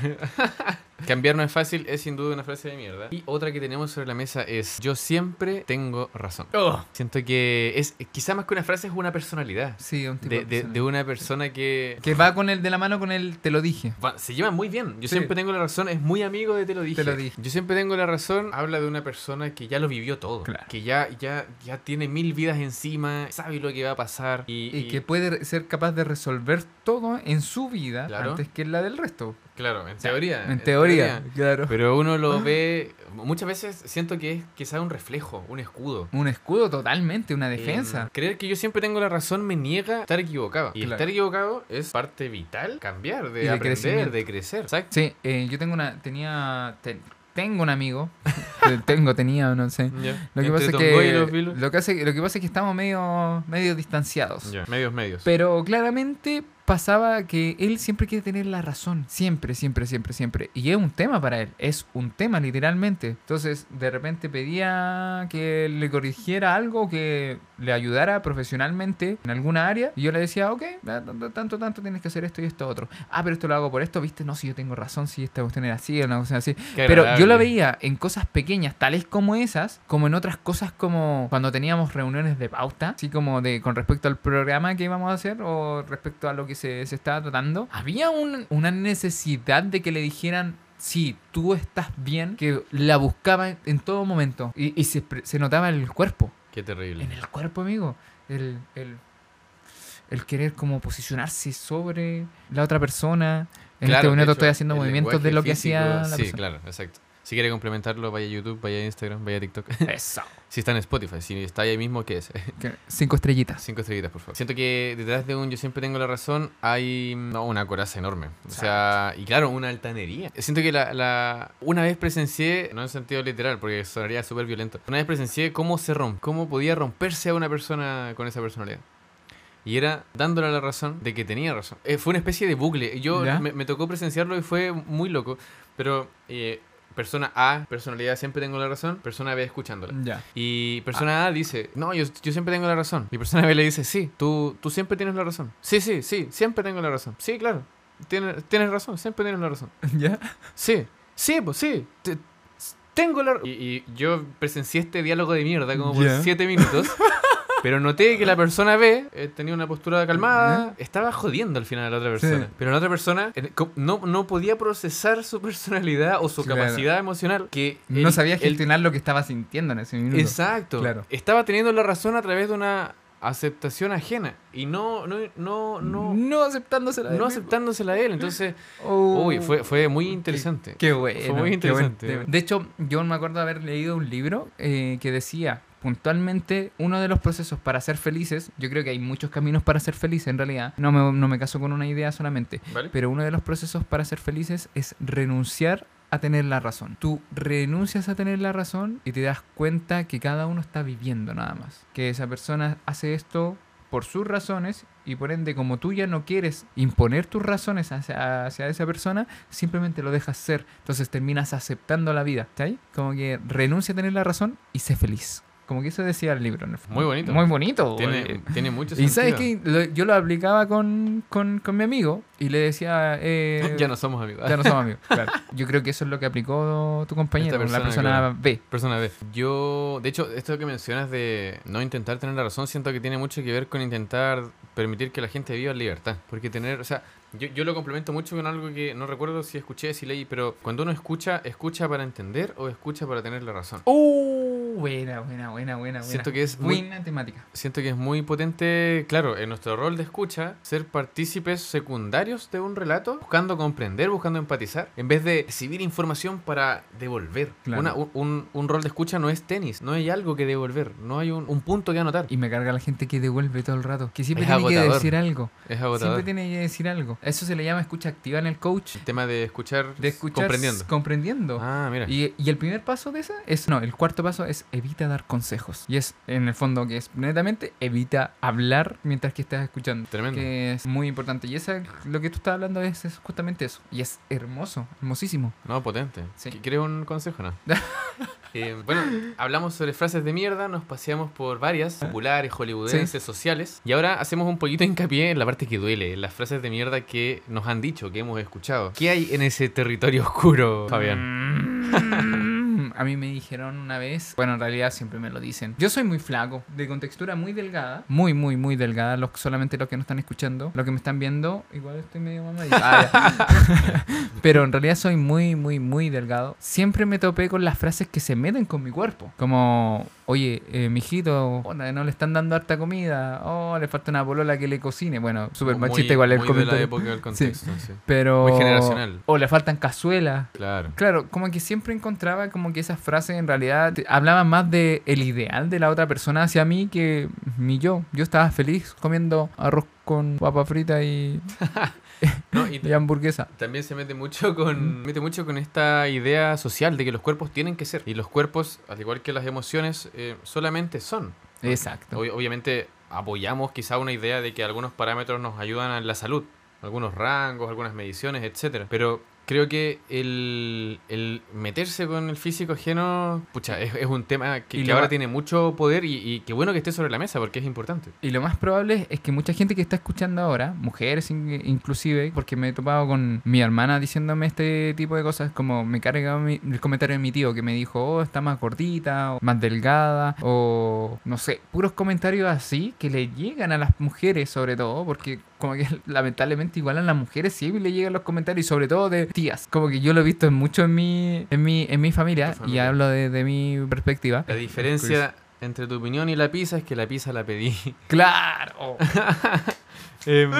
Speaker 2: Cambiar no es fácil, es sin duda una frase de mierda. Y otra que tenemos sobre la mesa es, yo siempre tengo razón.
Speaker 1: Oh.
Speaker 2: Siento que es, quizá más que una frase, es una personalidad.
Speaker 1: Sí, un tipo
Speaker 2: De, de-
Speaker 1: persona.
Speaker 2: de una persona que...
Speaker 1: Que va con el de la mano con el te lo dije.
Speaker 2: va- se lleva muy bien. Yo
Speaker 1: Sí.
Speaker 2: siempre tengo la razón. Es muy amigo de Te lo
Speaker 1: Te
Speaker 2: dije.
Speaker 1: lo dije.
Speaker 2: Yo siempre tengo la razón. Habla de una persona que ya lo vivió todo.
Speaker 1: Claro.
Speaker 2: Que ya, ya, ya tiene mil vidas encima. Sabe lo que va a pasar. Y,
Speaker 1: Y
Speaker 2: y-
Speaker 1: que puede ser capaz de resolver todo en su vida
Speaker 2: Claro.
Speaker 1: antes que en la del resto.
Speaker 2: Claro, en teoría.
Speaker 1: En teoría, claro.
Speaker 2: Pero uno
Speaker 1: Ah.
Speaker 2: lo ve. Muchas veces siento que es quizá un reflejo, un escudo.
Speaker 1: Un escudo totalmente, una
Speaker 2: Em,
Speaker 1: defensa.
Speaker 2: creer que yo siempre tengo la razón me niega estar equivocado. Y
Speaker 1: Claro.
Speaker 2: estar equivocado es parte vital, cambiar, de,
Speaker 1: Y de
Speaker 2: aprender,
Speaker 1: crecimiento.
Speaker 2: de crecer. Exacto.
Speaker 1: Sí, eh, yo tengo una, tenía, te- tengo un amigo, Eh, tengo, tenía, no sé. Lo que,
Speaker 2: Entre
Speaker 1: pasa es
Speaker 2: Tongo y
Speaker 1: que,
Speaker 2: los Vilos.
Speaker 1: lo, que hace- lo que pasa es que estamos medio, medio distanciados.
Speaker 2: Ya, Medios, medios.
Speaker 1: Pero claramente pasaba que él siempre quiere tener la razón. Siempre, siempre, siempre, siempre. Y es un tema para él. Es un tema, literalmente. Entonces, de repente pedía que le corrigiera algo, que le ayudara profesionalmente en alguna área. Y yo le decía, ok, da- da- da- tanto, tanto tienes que hacer esto y esto otro. Ah, pero esto lo hago por esto, ¿viste? No, si yo tengo razón, si esta cuestión era así, una cuestión así.
Speaker 2: Qué
Speaker 1: Pero yo
Speaker 2: agradable.
Speaker 1: lo veía en cosas pequeñas, tales como esas, como en otras cosas como cuando teníamos reuniones de pauta, así como de con respecto al programa que íbamos a hacer o respecto a lo que se, se estaba tratando. Había un- una necesidad de que le dijeran... Sí, tú estás bien, que la buscaba en, en todo momento y, y se, pre- se notaba en el cuerpo.
Speaker 2: Qué terrible.
Speaker 1: En el cuerpo, amigo. El, el, el querer como posicionarse sobre la otra persona. En
Speaker 2: Claro,
Speaker 1: este
Speaker 2: de
Speaker 1: momento
Speaker 2: hecho,
Speaker 1: estoy haciendo
Speaker 2: el
Speaker 1: movimientos de
Speaker 2: lenguaje
Speaker 1: lo que
Speaker 2: físico-
Speaker 1: hacía la
Speaker 2: Sí,
Speaker 1: persona.
Speaker 2: claro, exacto. Si quiere complementarlo, vaya a YouTube, vaya a Instagram, vaya a TikTok.
Speaker 1: Eso.
Speaker 2: si está en Spotify, si está ahí mismo, ¿qué es?
Speaker 1: Que- Cinco estrellitas.
Speaker 2: Cinco estrellitas, por favor. Siento que detrás de un yo siempre tengo la razón hay no, una coraza enorme. O sea, y claro, una altanería. Siento que la, la- una vez presencié, no en sentido literal, porque sonaría súper violento, una vez presencié cómo se rompe, cómo podía romperse a una persona con esa personalidad. Y era dándole la razón de que tenía razón. Eh, fue una especie de bucle. Yo
Speaker 1: ¿Ya?
Speaker 2: me, me tocó presenciarlo y fue muy loco. Pero eh, persona A, personalidad siempre tengo la razón, persona B escuchándola.
Speaker 1: Ya.
Speaker 2: Y persona A dice, no, yo, yo siempre tengo la razón. Y persona B le dice, sí, tú, tú siempre tienes la razón. Sí, sí, sí, siempre tengo la razón. Sí, claro, tienes, tienes razón, siempre tienes la razón.
Speaker 1: ¿Ya?
Speaker 2: Sí, sí, pues sí, te- tengo la razón. Y, y yo presencié este diálogo de mierda como por
Speaker 1: Ya.
Speaker 2: siete minutos. Pero noté que la persona B eh, tenía una postura calmada, estaba jodiendo al final a la otra
Speaker 1: Sí.
Speaker 2: persona. Pero la otra persona eh, co- no, no podía procesar su personalidad o su
Speaker 1: Claro.
Speaker 2: capacidad emocional. Que
Speaker 1: No
Speaker 2: él-
Speaker 1: sabía
Speaker 2: él
Speaker 1: gestionar lo que estaba sintiendo en ese minuto.
Speaker 2: Exacto.
Speaker 1: Claro.
Speaker 2: Estaba teniendo la razón a través de una aceptación ajena y no no no no,
Speaker 1: No aceptándosela. de
Speaker 2: no
Speaker 1: mí.
Speaker 2: aceptándosela a él. Entonces,
Speaker 1: Oh.
Speaker 2: uy, fue, fue muy interesante.
Speaker 1: Qué bueno.
Speaker 2: Fue muy
Speaker 1: qué bueno.
Speaker 2: interesante.
Speaker 1: De hecho, yo me acuerdo haber leído un libro eh, que decía puntualmente uno de los procesos para ser felices. Yo creo que hay muchos caminos para ser feliz en realidad. No me, no me caso con una idea solamente.
Speaker 2: ¿Vale?
Speaker 1: Pero uno de los procesos para ser felices es renunciar a tener la razón. Tú renuncias a tener la razón y te das cuenta que cada uno está viviendo nada más. Que esa persona hace esto por sus razones y por ende como tú ya no quieres imponer tus razones hacia, hacia esa persona, simplemente lo dejas ser. Entonces terminas aceptando la vida. ¿Cachai? Como que renuncia a tener la razón y sé feliz. Como que eso decía el libro. en el fondo.
Speaker 2: Muy bonito.
Speaker 1: Muy bonito.
Speaker 2: Tiene,
Speaker 1: eh.
Speaker 2: tiene mucho
Speaker 1: Y
Speaker 2: sentido.
Speaker 1: sabes que yo lo aplicaba con, con, con mi amigo y le decía. eh,
Speaker 2: ya no somos amigos.
Speaker 1: ya no somos amigos. claro. Yo creo que eso es lo que aplicó tu compañero,
Speaker 2: Esta persona,
Speaker 1: la persona
Speaker 2: claro.
Speaker 1: B.
Speaker 2: Persona B. Yo, de hecho, esto que mencionas de no intentar tener la razón, siento que tiene mucho que ver con intentar permitir que la gente viva en libertad. Porque tener, o sea, yo, yo lo complemento mucho con algo que no recuerdo si escuché, si leí, pero cuando uno escucha, escucha para entender o escucha para tener la razón.
Speaker 1: buena, buena, buena, buena.
Speaker 2: Siento
Speaker 1: buena.
Speaker 2: que es muy-
Speaker 1: buena temática.
Speaker 2: Siento que es muy potente, claro, en nuestro rol de escucha, ser partícipes secundarios de un relato, buscando comprender, buscando empatizar, en vez de recibir información para devolver.
Speaker 1: Claro.
Speaker 2: Una- un- un, un rol de escucha no es tenis, no hay algo que devolver, no hay un, un punto que anotar.
Speaker 1: Y me carga la gente que devuelve todo el rato. Que siempre
Speaker 2: Es
Speaker 1: tiene que
Speaker 2: agotador.
Speaker 1: decir algo.
Speaker 2: Es agotador.
Speaker 1: Siempre tiene que decir algo. A Eso se le llama escucha activa en el coach.
Speaker 2: El tema de escuchar,
Speaker 1: De escuchar.
Speaker 2: comprendiendo.
Speaker 1: Comprendiendo.
Speaker 2: Ah, mira.
Speaker 1: Y, y el primer paso de esa es, no, el cuarto paso es evita dar consejos. Y es, en el fondo, que es netamente evita hablar mientras que estás escuchando.
Speaker 2: Tremendo.
Speaker 1: Que es muy importante. Y esa, lo que tú estás hablando es, es justamente eso. Y es hermoso, hermosísimo.
Speaker 2: No, potente.
Speaker 1: Sí.
Speaker 2: ¿Qui- ¿Quieres un consejo? No. Eh, bueno, hablamos sobre frases de mierda, nos paseamos por varias, populares, hollywoodenses, sociales, y ahora hacemos un poquito de hincapié en la parte que duele, en las frases de mierda que nos han dicho, que hemos escuchado. ¿Qué hay en ese territorio oscuro, Fabián?
Speaker 1: Mm, A mí me dijeron una vez, bueno, en realidad siempre me lo dicen. Yo soy muy flaco, de contextura muy delgada, muy, muy, muy delgada. Los, solamente los que no están escuchando, los que me están viendo, igual estoy medio mamadito. Ah, ya. Pero en realidad soy muy, muy, muy delgado. Siempre me topé con las frases que se meten con mi cuerpo, como, oye, eh, mijito, oh, no le están dando harta comida, oh, le falta una bolola que le cocine. Bueno, súper
Speaker 2: Muy-
Speaker 1: machista igual el
Speaker 2: muy de la
Speaker 1: comentario.
Speaker 2: época del contexto, sí.
Speaker 1: Pero.
Speaker 2: muy generacional.
Speaker 1: O le faltan cazuelas.
Speaker 2: Claro.
Speaker 1: Claro, como que siempre encontraba como que esas frases en realidad te- hablaban más de el ideal de la otra persona hacia mí que mi yo. Yo estaba feliz comiendo arroz con papa frita y,
Speaker 2: No, y
Speaker 1: y hamburguesa.
Speaker 2: También se mete mucho con
Speaker 1: Mm.
Speaker 2: mete mucho con esta idea social de que los cuerpos tienen que ser y los cuerpos, al igual que las emociones, eh, solamente son.
Speaker 1: Exacto.
Speaker 2: Ob- obviamente apoyamos quizá una idea de que algunos parámetros nos ayudan a la salud, algunos rangos, algunas mediciones, etcétera. Pero creo que el, el meterse con el físico ajeno, pucha, es, es un tema que,
Speaker 1: Y
Speaker 2: que
Speaker 1: lo
Speaker 2: ahora
Speaker 1: va-
Speaker 2: tiene mucho poder y, y qué bueno que esté sobre la mesa porque es importante.
Speaker 1: Y lo más probable es que mucha gente que está escuchando ahora, mujeres in- inclusive, porque me he topado con mi hermana diciéndome este tipo de cosas, como me carga mi- el comentario de mi tío que me dijo, oh, está más gordita, o más delgada, o no sé, puros comentarios así que le llegan a las mujeres sobre todo, porque como que lamentablemente igual a las mujeres siempre le llegan los comentarios, y sobre todo de tías, como que yo lo he visto en mucho en mi, en mi, en mi familia,
Speaker 2: Tu
Speaker 1: y
Speaker 2: familia.
Speaker 1: hablo desde mi perspectiva.
Speaker 2: La diferencia entre tu opinión y la pizza es que la pizza la pedí.
Speaker 1: Claro,
Speaker 2: Em,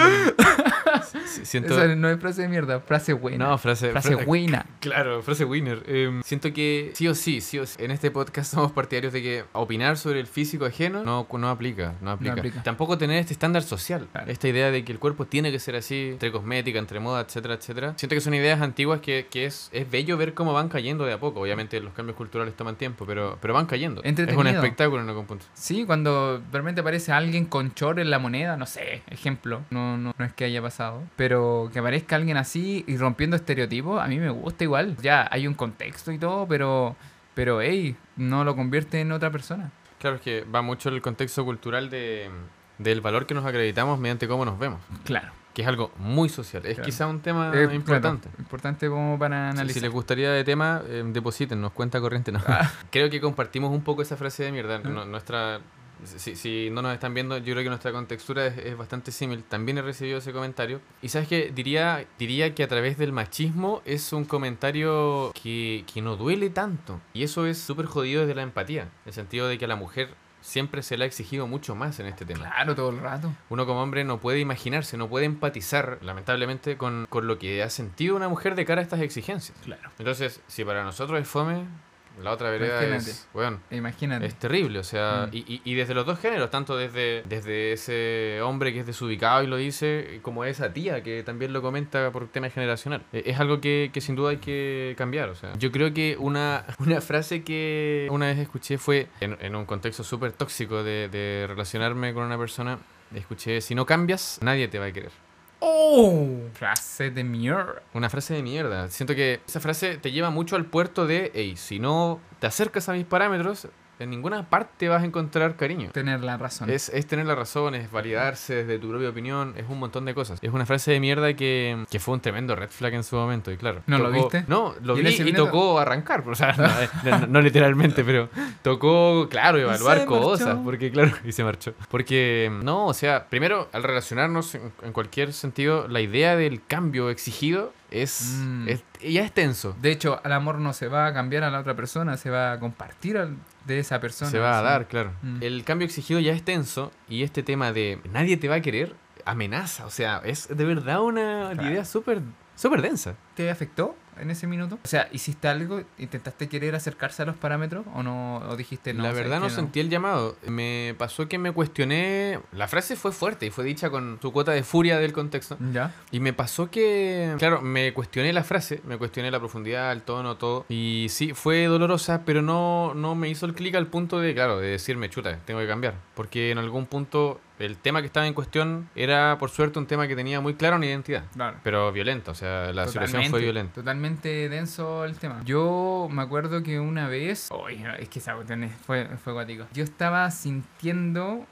Speaker 2: si- siento...
Speaker 1: Esa no es frase de mierda, frase buena.
Speaker 2: No, frase,
Speaker 1: frase
Speaker 2: fra-
Speaker 1: buena.
Speaker 2: Claro, frase winner. Em, siento que sí o sí, sí o sí. En este podcast somos partidarios de que opinar sobre el físico ajeno no, no aplica, no aplica.
Speaker 1: aplica.
Speaker 2: Tampoco tener este estándar social,
Speaker 1: Claro.
Speaker 2: esta idea de que el cuerpo tiene que ser así, entre cosmética, entre moda, etcétera, etcétera. Siento que son ideas antiguas que, que es, es bello ver cómo van cayendo de a poco. Obviamente los cambios culturales toman tiempo, pero, pero van cayendo. Es un
Speaker 1: Entretenido.
Speaker 2: espectáculo en algún punto.
Speaker 1: Sí, cuando realmente aparece alguien con chor en la moneda, no sé, ejemplo, no, no, no es que haya pasado, pero que aparezca alguien así y rompiendo estereotipos, a mí me gusta igual. Ya hay un contexto y todo, pero, pero hey, no lo convierte en otra persona.
Speaker 2: Claro, es que va mucho el contexto cultural de, del valor que nos acreditamos mediante cómo nos vemos,
Speaker 1: Claro.
Speaker 2: que es algo muy social. Es
Speaker 1: Claro.
Speaker 2: quizá un tema
Speaker 1: Eh,
Speaker 2: importante.
Speaker 1: claro, importante como para
Speaker 2: Si- Si
Speaker 1: analizar.
Speaker 2: les gustaría de tema, eh, depositen, nos cuenta corriente. No. Creo que compartimos un poco esa frase de mierda. No- nuestra, si, si no nos están viendo, yo creo que nuestra contextura es, es bastante similar. También he recibido ese comentario. Y sabes que diría, diría que a través del machismo es un comentario que, que no duele tanto. Y eso es súper jodido desde la empatía. En el sentido de que a la mujer siempre se le ha exigido mucho más en este tema.
Speaker 1: Claro, todo el rato.
Speaker 2: Uno como hombre no puede imaginarse, no puede empatizar, lamentablemente, con, con lo que ha sentido una mujer de cara a estas exigencias.
Speaker 1: Claro.
Speaker 2: Entonces, si para nosotros es fome, la otra vereda
Speaker 1: Imagínate.
Speaker 2: es, weón,
Speaker 1: Imagínate.
Speaker 2: es terrible. O sea,
Speaker 1: Mm.
Speaker 2: y, y- y desde los dos géneros, tanto desde, desde ese hombre que es desubicado y lo dice, como esa tía que también lo comenta por tema generacional. E- Es algo que, que sin duda hay que cambiar. O sea, yo creo que una, una frase que una vez escuché fue, en, en un contexto súper tóxico de, de relacionarme con una persona, escuché, si no cambias, nadie te va a querer.
Speaker 1: ¡Oh! Frase de mierda.
Speaker 2: Una frase de mierda. Siento que esa frase te lleva mucho al puerto de, hey, si no te acercas a mis parámetros, en ninguna parte vas a encontrar cariño.
Speaker 1: Tener la razón.
Speaker 2: Es, es tener la razón, es validarse desde tu propia opinión, es un montón de cosas. Es una frase de mierda que, que fue un tremendo red flag en su momento, y claro.
Speaker 1: ¿No lo
Speaker 2: tocó-
Speaker 1: viste?
Speaker 2: No, lo
Speaker 1: ¿Y
Speaker 2: vi
Speaker 1: en ese
Speaker 2: y
Speaker 1: minuto?
Speaker 2: tocó arrancar, o sea, no, no- no literalmente, pero tocó, claro, evaluar
Speaker 1: se
Speaker 2: cosas,
Speaker 1: marchó.
Speaker 2: porque claro, y se marchó. Porque, no, o sea, primero, al relacionarnos en, en cualquier sentido, la idea del cambio exigido es,
Speaker 1: Mm.
Speaker 2: es- ya es tenso.
Speaker 1: De hecho, al amor no se va a cambiar a la otra persona, se va a compartir al- de esa persona.
Speaker 2: se va a
Speaker 1: sí.
Speaker 2: dar, claro.
Speaker 1: Mm.
Speaker 2: El cambio exigido ya es tenso y este tema de nadie te va a querer amenaza. O sea, es de verdad una
Speaker 1: Claro.
Speaker 2: idea súper súper densa.
Speaker 1: ¿Te afectó en ese minuto? O sea, ¿hiciste algo? ¿Intentaste querer acercarse a los parámetros o no? ¿O dijiste no?
Speaker 2: la
Speaker 1: sabes
Speaker 2: verdad
Speaker 1: que
Speaker 2: no sentí el llamado. Me pasó que me cuestioné. La frase fue fuerte y fue dicha con su cuota de furia del contexto.
Speaker 1: ¿Ya?
Speaker 2: Y me pasó que, claro, me cuestioné la frase, me cuestioné la profundidad, el tono, todo. Y sí, fue dolorosa, pero no, no me hizo el clic al punto de, claro, de decirme, chuta, tengo que cambiar. Porque en algún punto el tema que estaba en cuestión era, por suerte, un tema que tenía muy clara una identidad.
Speaker 1: Claro.
Speaker 2: Pero violenta, o sea, la situación fue
Speaker 1: Totalmente,
Speaker 2: violenta.
Speaker 1: Totalmente denso el tema. Yo me acuerdo que una vez. Ay, es que esa cuestión es- fue, fue cuático. Yo estaba sintiendo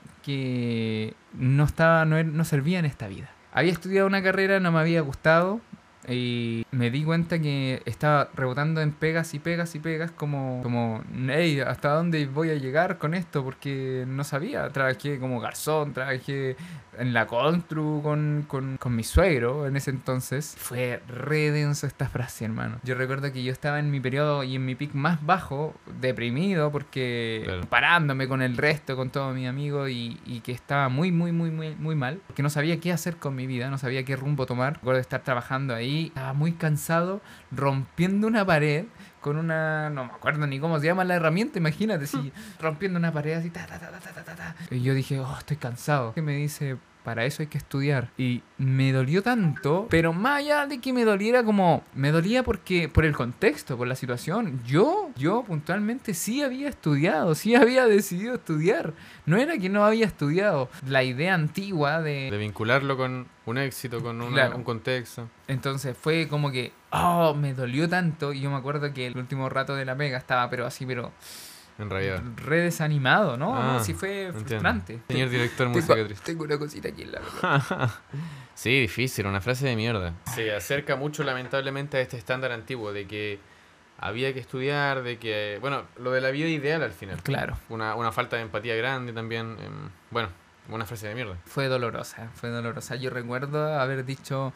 Speaker 1: que no estaba, no, er- no servía en esta vida. Había estudiado una carrera, no me había gustado. Y me di cuenta que estaba rebotando en pegas y pegas y pegas como, como hey, ¿hasta dónde voy a llegar con esto? Porque no sabía. Trabajé como garzón, trabajé en la constru con, con, con mi suegro en ese entonces. Fue re denso esta frase, hermano. Yo recuerdo que yo estaba en mi periodo y en mi pic más bajo, deprimido, porque
Speaker 2: Claro.
Speaker 1: comparándome con el resto, con todos mis amigos, y, y que estaba muy, muy, muy, muy, muy mal. Que no sabía qué hacer con mi vida, no sabía qué rumbo tomar. Recuerdo estar trabajando ahí, estaba muy cansado, rompiendo una pared con una. No me acuerdo ni cómo se llama la herramienta, imagínate, si rompiendo una pared así, ta, ta, ta, ta, ta, ta, ta. Y yo dije, oh, estoy cansado. Que me dice, para eso hay que estudiar. Y me dolió tanto, pero más allá de que me doliera como, me dolía porque, por el contexto, por la situación, yo, yo puntualmente sí había estudiado, sí había decidido estudiar. No era que no había estudiado. La idea antigua de,
Speaker 2: De vincularlo con un éxito, con una-
Speaker 1: Claro.
Speaker 2: un contexto.
Speaker 1: Entonces fue como que, oh, me dolió tanto. Y yo me acuerdo que el último rato de la pega estaba, pero así, pero
Speaker 2: En realidad.
Speaker 1: re desanimado, ¿no?
Speaker 2: Ah,
Speaker 1: sí fue
Speaker 2: entiendo.
Speaker 1: frustrante.
Speaker 2: Señor director,
Speaker 1: Tengo-
Speaker 2: música triste.
Speaker 1: tengo una cosita aquí en la
Speaker 2: Sí, difícil, una frase de mierda. Se acerca mucho lamentablemente a este estándar antiguo de que había que estudiar, de que... Bueno, lo de la vida ideal al final.
Speaker 1: Claro.
Speaker 2: Una, una falta de empatía grande también. em, bueno, una frase de mierda.
Speaker 1: Fue dolorosa, fue dolorosa. Yo recuerdo haber dicho,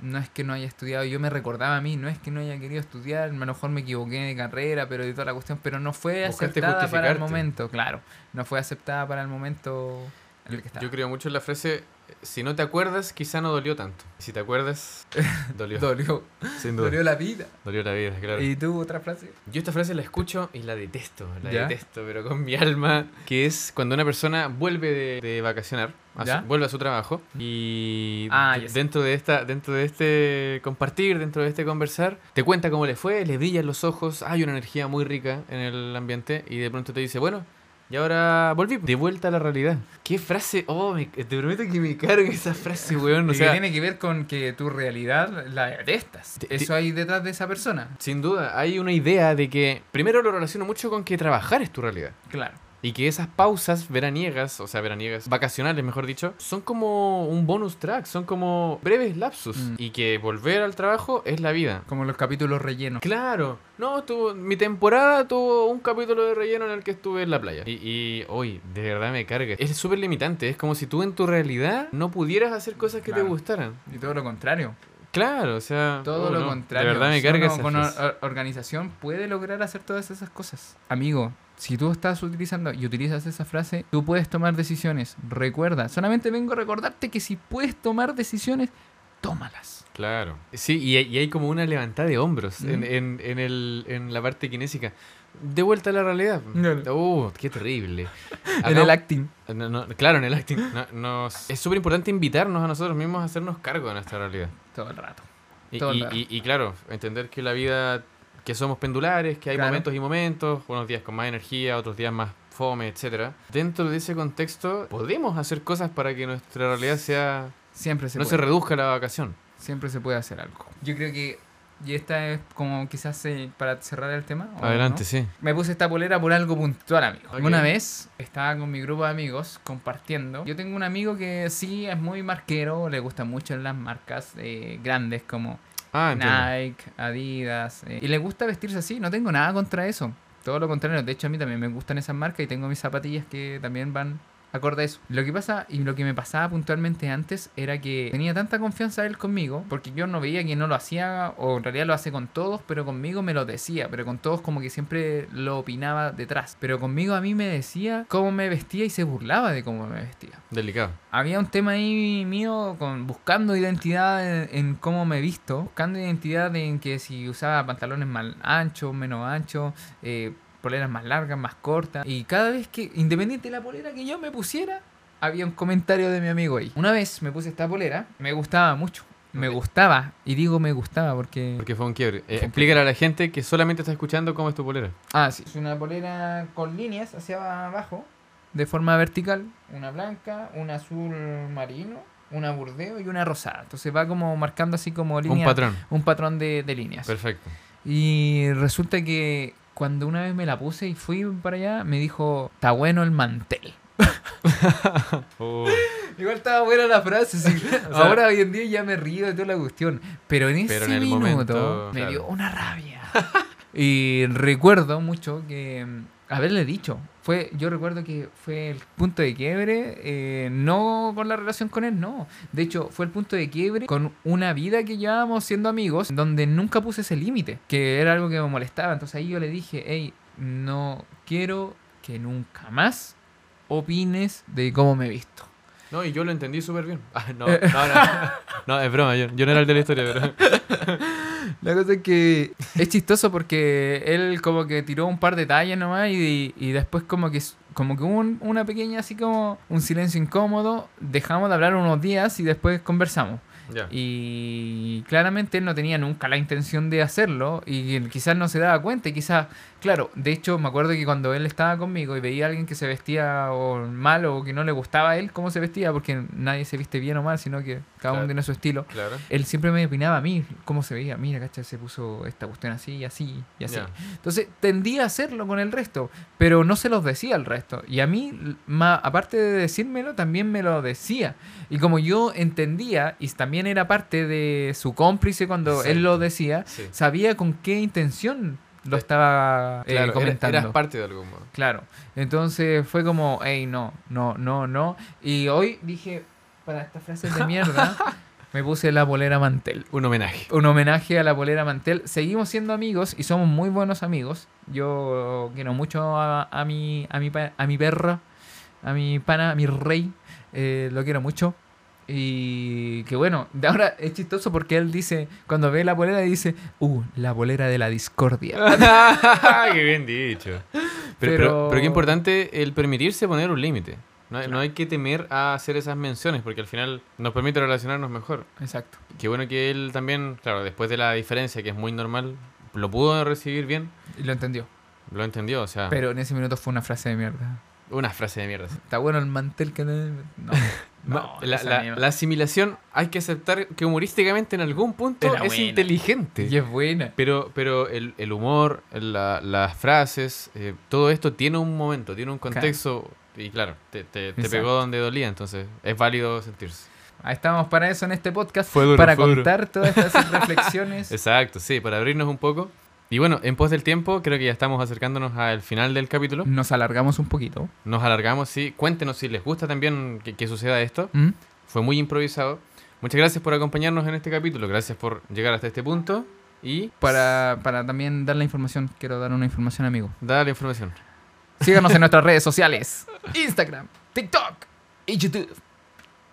Speaker 1: no es que no haya estudiado, yo me recordaba a mí, no es que no haya querido estudiar, a lo mejor me equivoqué de carrera, pero de toda la cuestión, pero no fue
Speaker 2: Buscaste
Speaker 1: aceptada para el
Speaker 2: justificarte.
Speaker 1: momento, claro. No fue aceptada para el momento en el que estaba.
Speaker 2: Yo creo mucho en la frase, si no te acuerdas, quizá no dolió tanto. Si te acuerdas, dolió.
Speaker 1: Dolió,
Speaker 2: sin duda.
Speaker 1: dolió la vida.
Speaker 2: Dolió la vida, claro.
Speaker 1: ¿Y tú otra frase?
Speaker 2: Yo esta frase la escucho y la detesto, la
Speaker 1: ¿Ya?
Speaker 2: detesto, pero con mi alma, que es cuando una persona vuelve de, de vacacionar, a su-
Speaker 1: ¿Ya?
Speaker 2: vuelve a su trabajo y
Speaker 1: Ah,
Speaker 2: de-
Speaker 1: ya sé.
Speaker 2: dentro de esta, dentro de este compartir, dentro de este conversar, te cuenta cómo le fue, le brillan los ojos, hay una energía muy rica en el ambiente y de pronto te dice, bueno. Y ahora volví, pues". de vuelta a la realidad. ¿Qué frase? Oh, me- te prometo que me cargue esa frase, weón. O
Speaker 1: Y que
Speaker 2: sea,
Speaker 1: tiene que ver con que tu realidad la detestas.
Speaker 2: Te-
Speaker 1: Eso hay detrás de esa persona.
Speaker 2: sin duda, hay una idea de que, primero lo relaciono mucho con que trabajar es tu realidad.
Speaker 1: Claro.
Speaker 2: Y que esas pausas veraniegas, o sea, veraniegas, vacacionales, mejor dicho, son como un bonus track, son como breves lapsus.
Speaker 1: Mm.
Speaker 2: Y que volver al trabajo es la vida.
Speaker 1: Como los capítulos rellenos.
Speaker 2: Claro, no, tuvo, mi temporada tuvo un capítulo de relleno en el que estuve en la playa. Y, y hoy, de verdad me carga. Es súper limitante, es como si tú en tu realidad no pudieras hacer cosas que
Speaker 1: Claro.
Speaker 2: te gustaran.
Speaker 1: Y todo lo contrario.
Speaker 2: Claro, o sea...
Speaker 1: Todo
Speaker 2: oh,
Speaker 1: lo
Speaker 2: no,
Speaker 1: contrario.
Speaker 2: De verdad me
Speaker 1: Si
Speaker 2: carga
Speaker 1: uno
Speaker 2: esa
Speaker 1: con
Speaker 2: frase.
Speaker 1: or- organización puede lograr hacer todas esas cosas. Amigo, si tú estás utilizando y utilizas esa frase, tú puedes tomar decisiones. Recuerda, solamente vengo a recordarte que si puedes tomar decisiones, tómalas.
Speaker 2: Claro. Sí, y, hay- y hay como una levantada de hombros en,
Speaker 1: Mm.
Speaker 2: en- en el- en la parte kinésica. De vuelta a la realidad.
Speaker 1: Claro.
Speaker 2: Uh, qué terrible.
Speaker 1: En
Speaker 2: Hagamos-
Speaker 1: el acting.
Speaker 2: No, no, claro, en el acting. No, nos- es súper importante invitarnos a nosotros mismos a hacernos cargo de nuestra realidad.
Speaker 1: Todo el rato.
Speaker 2: Y,
Speaker 1: Todo el
Speaker 2: y-
Speaker 1: rato.
Speaker 2: y- y claro, entender que la vida, que somos pendulares, que hay
Speaker 1: Claro.
Speaker 2: momentos y momentos, unos días con más energía, otros días más fome, etcétera. Dentro de ese contexto, podemos hacer cosas para que nuestra realidad sea
Speaker 1: Siempre se
Speaker 2: no
Speaker 1: puede.
Speaker 2: se reduzca a la vacación.
Speaker 1: Siempre se puede hacer algo. Yo creo que. Y esta es como quizás eh, para cerrar el tema. ¿o Oh, no?
Speaker 2: Adelante, sí.
Speaker 1: Me puse esta polera por algo puntual, amigo.
Speaker 2: Ok.
Speaker 1: Una vez estaba con mi grupo de amigos compartiendo. Yo tengo un amigo que sí es muy marquero, le gustan mucho las marcas eh, grandes como
Speaker 2: Ah, entiendo.
Speaker 1: Nike, Adidas. eh, y le gusta vestirse así, no tengo nada contra eso. Todo lo contrario, de hecho a mí también me gustan esas marcas y tengo mis zapatillas que también van acorde a eso. Lo que pasa y lo que me pasaba puntualmente antes era que tenía tanta confianza él conmigo, porque yo no veía que no lo hacía, o en realidad lo hace con todos, pero conmigo me lo decía, pero con todos como que siempre lo opinaba detrás. Pero conmigo a mí me decía cómo me vestía y se burlaba de cómo me vestía.
Speaker 2: Delicado.
Speaker 1: Había un tema ahí mío con buscando identidad en, en cómo me he visto, buscando identidad en que si usaba pantalones más anchos, menos anchos, eh, poleras más largas, más cortas. Y cada vez que, independiente de la polera que yo me pusiera, había un comentario de mi amigo ahí. Una vez me puse esta polera, me gustaba mucho. Me
Speaker 2: Ok.
Speaker 1: gustaba, y digo me gustaba porque...
Speaker 2: Porque fue un quiebre. Eh, explícale a la gente que solamente está escuchando cómo es tu polera.
Speaker 1: Ah, sí. Es una polera con líneas hacia abajo, de forma vertical. Una blanca, una azul marino, una burdeo y una rosada. Entonces va como marcando así como líneas.
Speaker 2: Un patrón.
Speaker 1: un patrón de, de líneas.
Speaker 2: Perfecto.
Speaker 1: Y resulta que cuando una vez me la puse y fui para allá, me dijo, está bueno el mantel.
Speaker 2: Oh,
Speaker 1: Igual estaba buena la frase. sí.
Speaker 2: O sea-
Speaker 1: Ahora hoy en día ya me río de toda la cuestión. Pero en ese
Speaker 2: Pero en el
Speaker 1: minuto
Speaker 2: momento,
Speaker 1: me
Speaker 2: claro.
Speaker 1: dio una rabia. y recuerdo mucho que mm, haberle dicho. Fue, yo recuerdo que fue el punto de quiebre, eh, no con la relación con él, no. De hecho, fue el punto de quiebre con una vida que llevábamos siendo amigos, donde nunca puse ese límite, que era algo que me molestaba. Entonces ahí yo le dije, hey, no quiero que nunca más opines de cómo me he visto.
Speaker 2: No, y yo lo entendí súper bien. Ah, no, no, no. No, es broma, yo, yo no era el de la historia, pero.
Speaker 1: La cosa es que es chistoso porque él como que tiró un par de tallas nomás y, y después como que como que hubo un- una pequeña así como un silencio incómodo, dejamos de hablar unos días y después conversamos.
Speaker 2: Ya.
Speaker 1: Y claramente él no tenía nunca la intención de hacerlo y él quizás no se daba cuenta y quizás, claro, de hecho me acuerdo que cuando él estaba conmigo y veía a alguien que se vestía o mal o que no le gustaba a él cómo se vestía, porque nadie se viste bien o mal, sino que cada
Speaker 2: Claro.
Speaker 1: uno tiene su estilo
Speaker 2: Claro.
Speaker 1: él siempre me opinaba a mí cómo se veía. Mira, cacha, se puso esta cuestión así y así y así.
Speaker 2: Ya.
Speaker 1: Entonces tendía a hacerlo con el resto, pero no se los decía al resto. Y a mí, l- ma- aparte de decírmelo, también me lo decía. Y como yo entendía, y también era parte de su cómplice cuando él
Speaker 2: Exacto.
Speaker 1: lo decía,
Speaker 2: Sí.
Speaker 1: sabía con qué intención lo
Speaker 2: Eh,
Speaker 1: estaba eh,
Speaker 2: Claro, eras-
Speaker 1: comentando.
Speaker 2: eras parte de algún modo.
Speaker 1: Claro. Entonces fue como, hey, no, no, no, no. Y hoy dije, para estas frases de mierda, me puse la bolera mantel.
Speaker 2: Un homenaje.
Speaker 1: Un homenaje a la bolera mantel. Seguimos siendo amigos y somos muy buenos amigos. Yo quiero mucho a, a mi, a, mi, pa- a mi perra, a mi pana, a mi rey. Eh, lo quiero mucho. Y que bueno, de ahora es chistoso porque él dice, cuando ve la bolera, dice, uh, la bolera de la discordia.
Speaker 2: Ah. ¡Qué bien dicho! Pero, pero...
Speaker 1: Pero-
Speaker 2: pero qué importante el permitirse poner un límite. No, hay- no hay que temer a hacer esas menciones porque al final nos permite relacionarnos mejor.
Speaker 1: Exacto.
Speaker 2: Qué bueno que él también, claro, después de la diferencia que es muy normal, lo pudo recibir bien,
Speaker 1: Y lo entendió.
Speaker 2: lo entendió, o sea,
Speaker 1: Pero en ese minuto fue una frase de mierda.
Speaker 2: una frase de mierda. sí.
Speaker 1: Está bueno el mantel que tenés. No. no,
Speaker 2: la,
Speaker 1: esa
Speaker 2: la-
Speaker 1: mierda.
Speaker 2: la asimilación hay que aceptar que humorísticamente en algún punto
Speaker 1: Era
Speaker 2: es
Speaker 1: buena.
Speaker 2: inteligente.
Speaker 1: Y es buena.
Speaker 2: Pero, pero el, el humor, la- las frases, eh, todo esto tiene un momento, tiene un contexto. Y claro, te, te- te
Speaker 1: Exacto.
Speaker 2: pegó donde dolía, entonces es válido sentirse.
Speaker 1: Ahí estamos para eso en este podcast.
Speaker 2: Fue duro,
Speaker 1: para
Speaker 2: fue duro.
Speaker 1: contar todas estas reflexiones.
Speaker 2: Exacto, sí, para abrirnos un poco. Y bueno, en pos del tiempo, creo que ya estamos acercándonos al final del capítulo.
Speaker 1: Nos alargamos un poquito.
Speaker 2: Nos alargamos, sí. Cuéntenos si les gusta también que, que suceda esto.
Speaker 1: ¿Mm?
Speaker 2: Fue muy improvisado. Muchas gracias por acompañarnos en este capítulo. Gracias por llegar hasta este punto. Y
Speaker 1: Para, para también dar la información, quiero dar una información, amigo.
Speaker 2: da la información.
Speaker 1: Síganos en nuestras redes sociales: Instagram, TikTok y YouTube.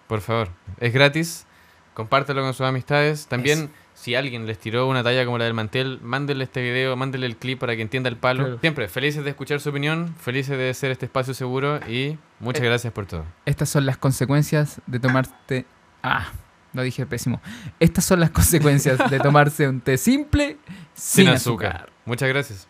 Speaker 2: Por favor, es gratis. Compártelo con sus amistades. También,
Speaker 1: Eso.
Speaker 2: si alguien les tiró una talla como la del mantel, mándenle este video, mándenle el clip para que entienda el palo.
Speaker 1: Claro.
Speaker 2: Siempre felices de escuchar su opinión, felices de ser este espacio seguro y muchas
Speaker 1: Eh.
Speaker 2: gracias por todo.
Speaker 1: Estas son las consecuencias de tomarte. Ah, lo dije pésimo. Estas son las consecuencias de tomarse un té simple sin, azúcar.
Speaker 2: Muchas gracias.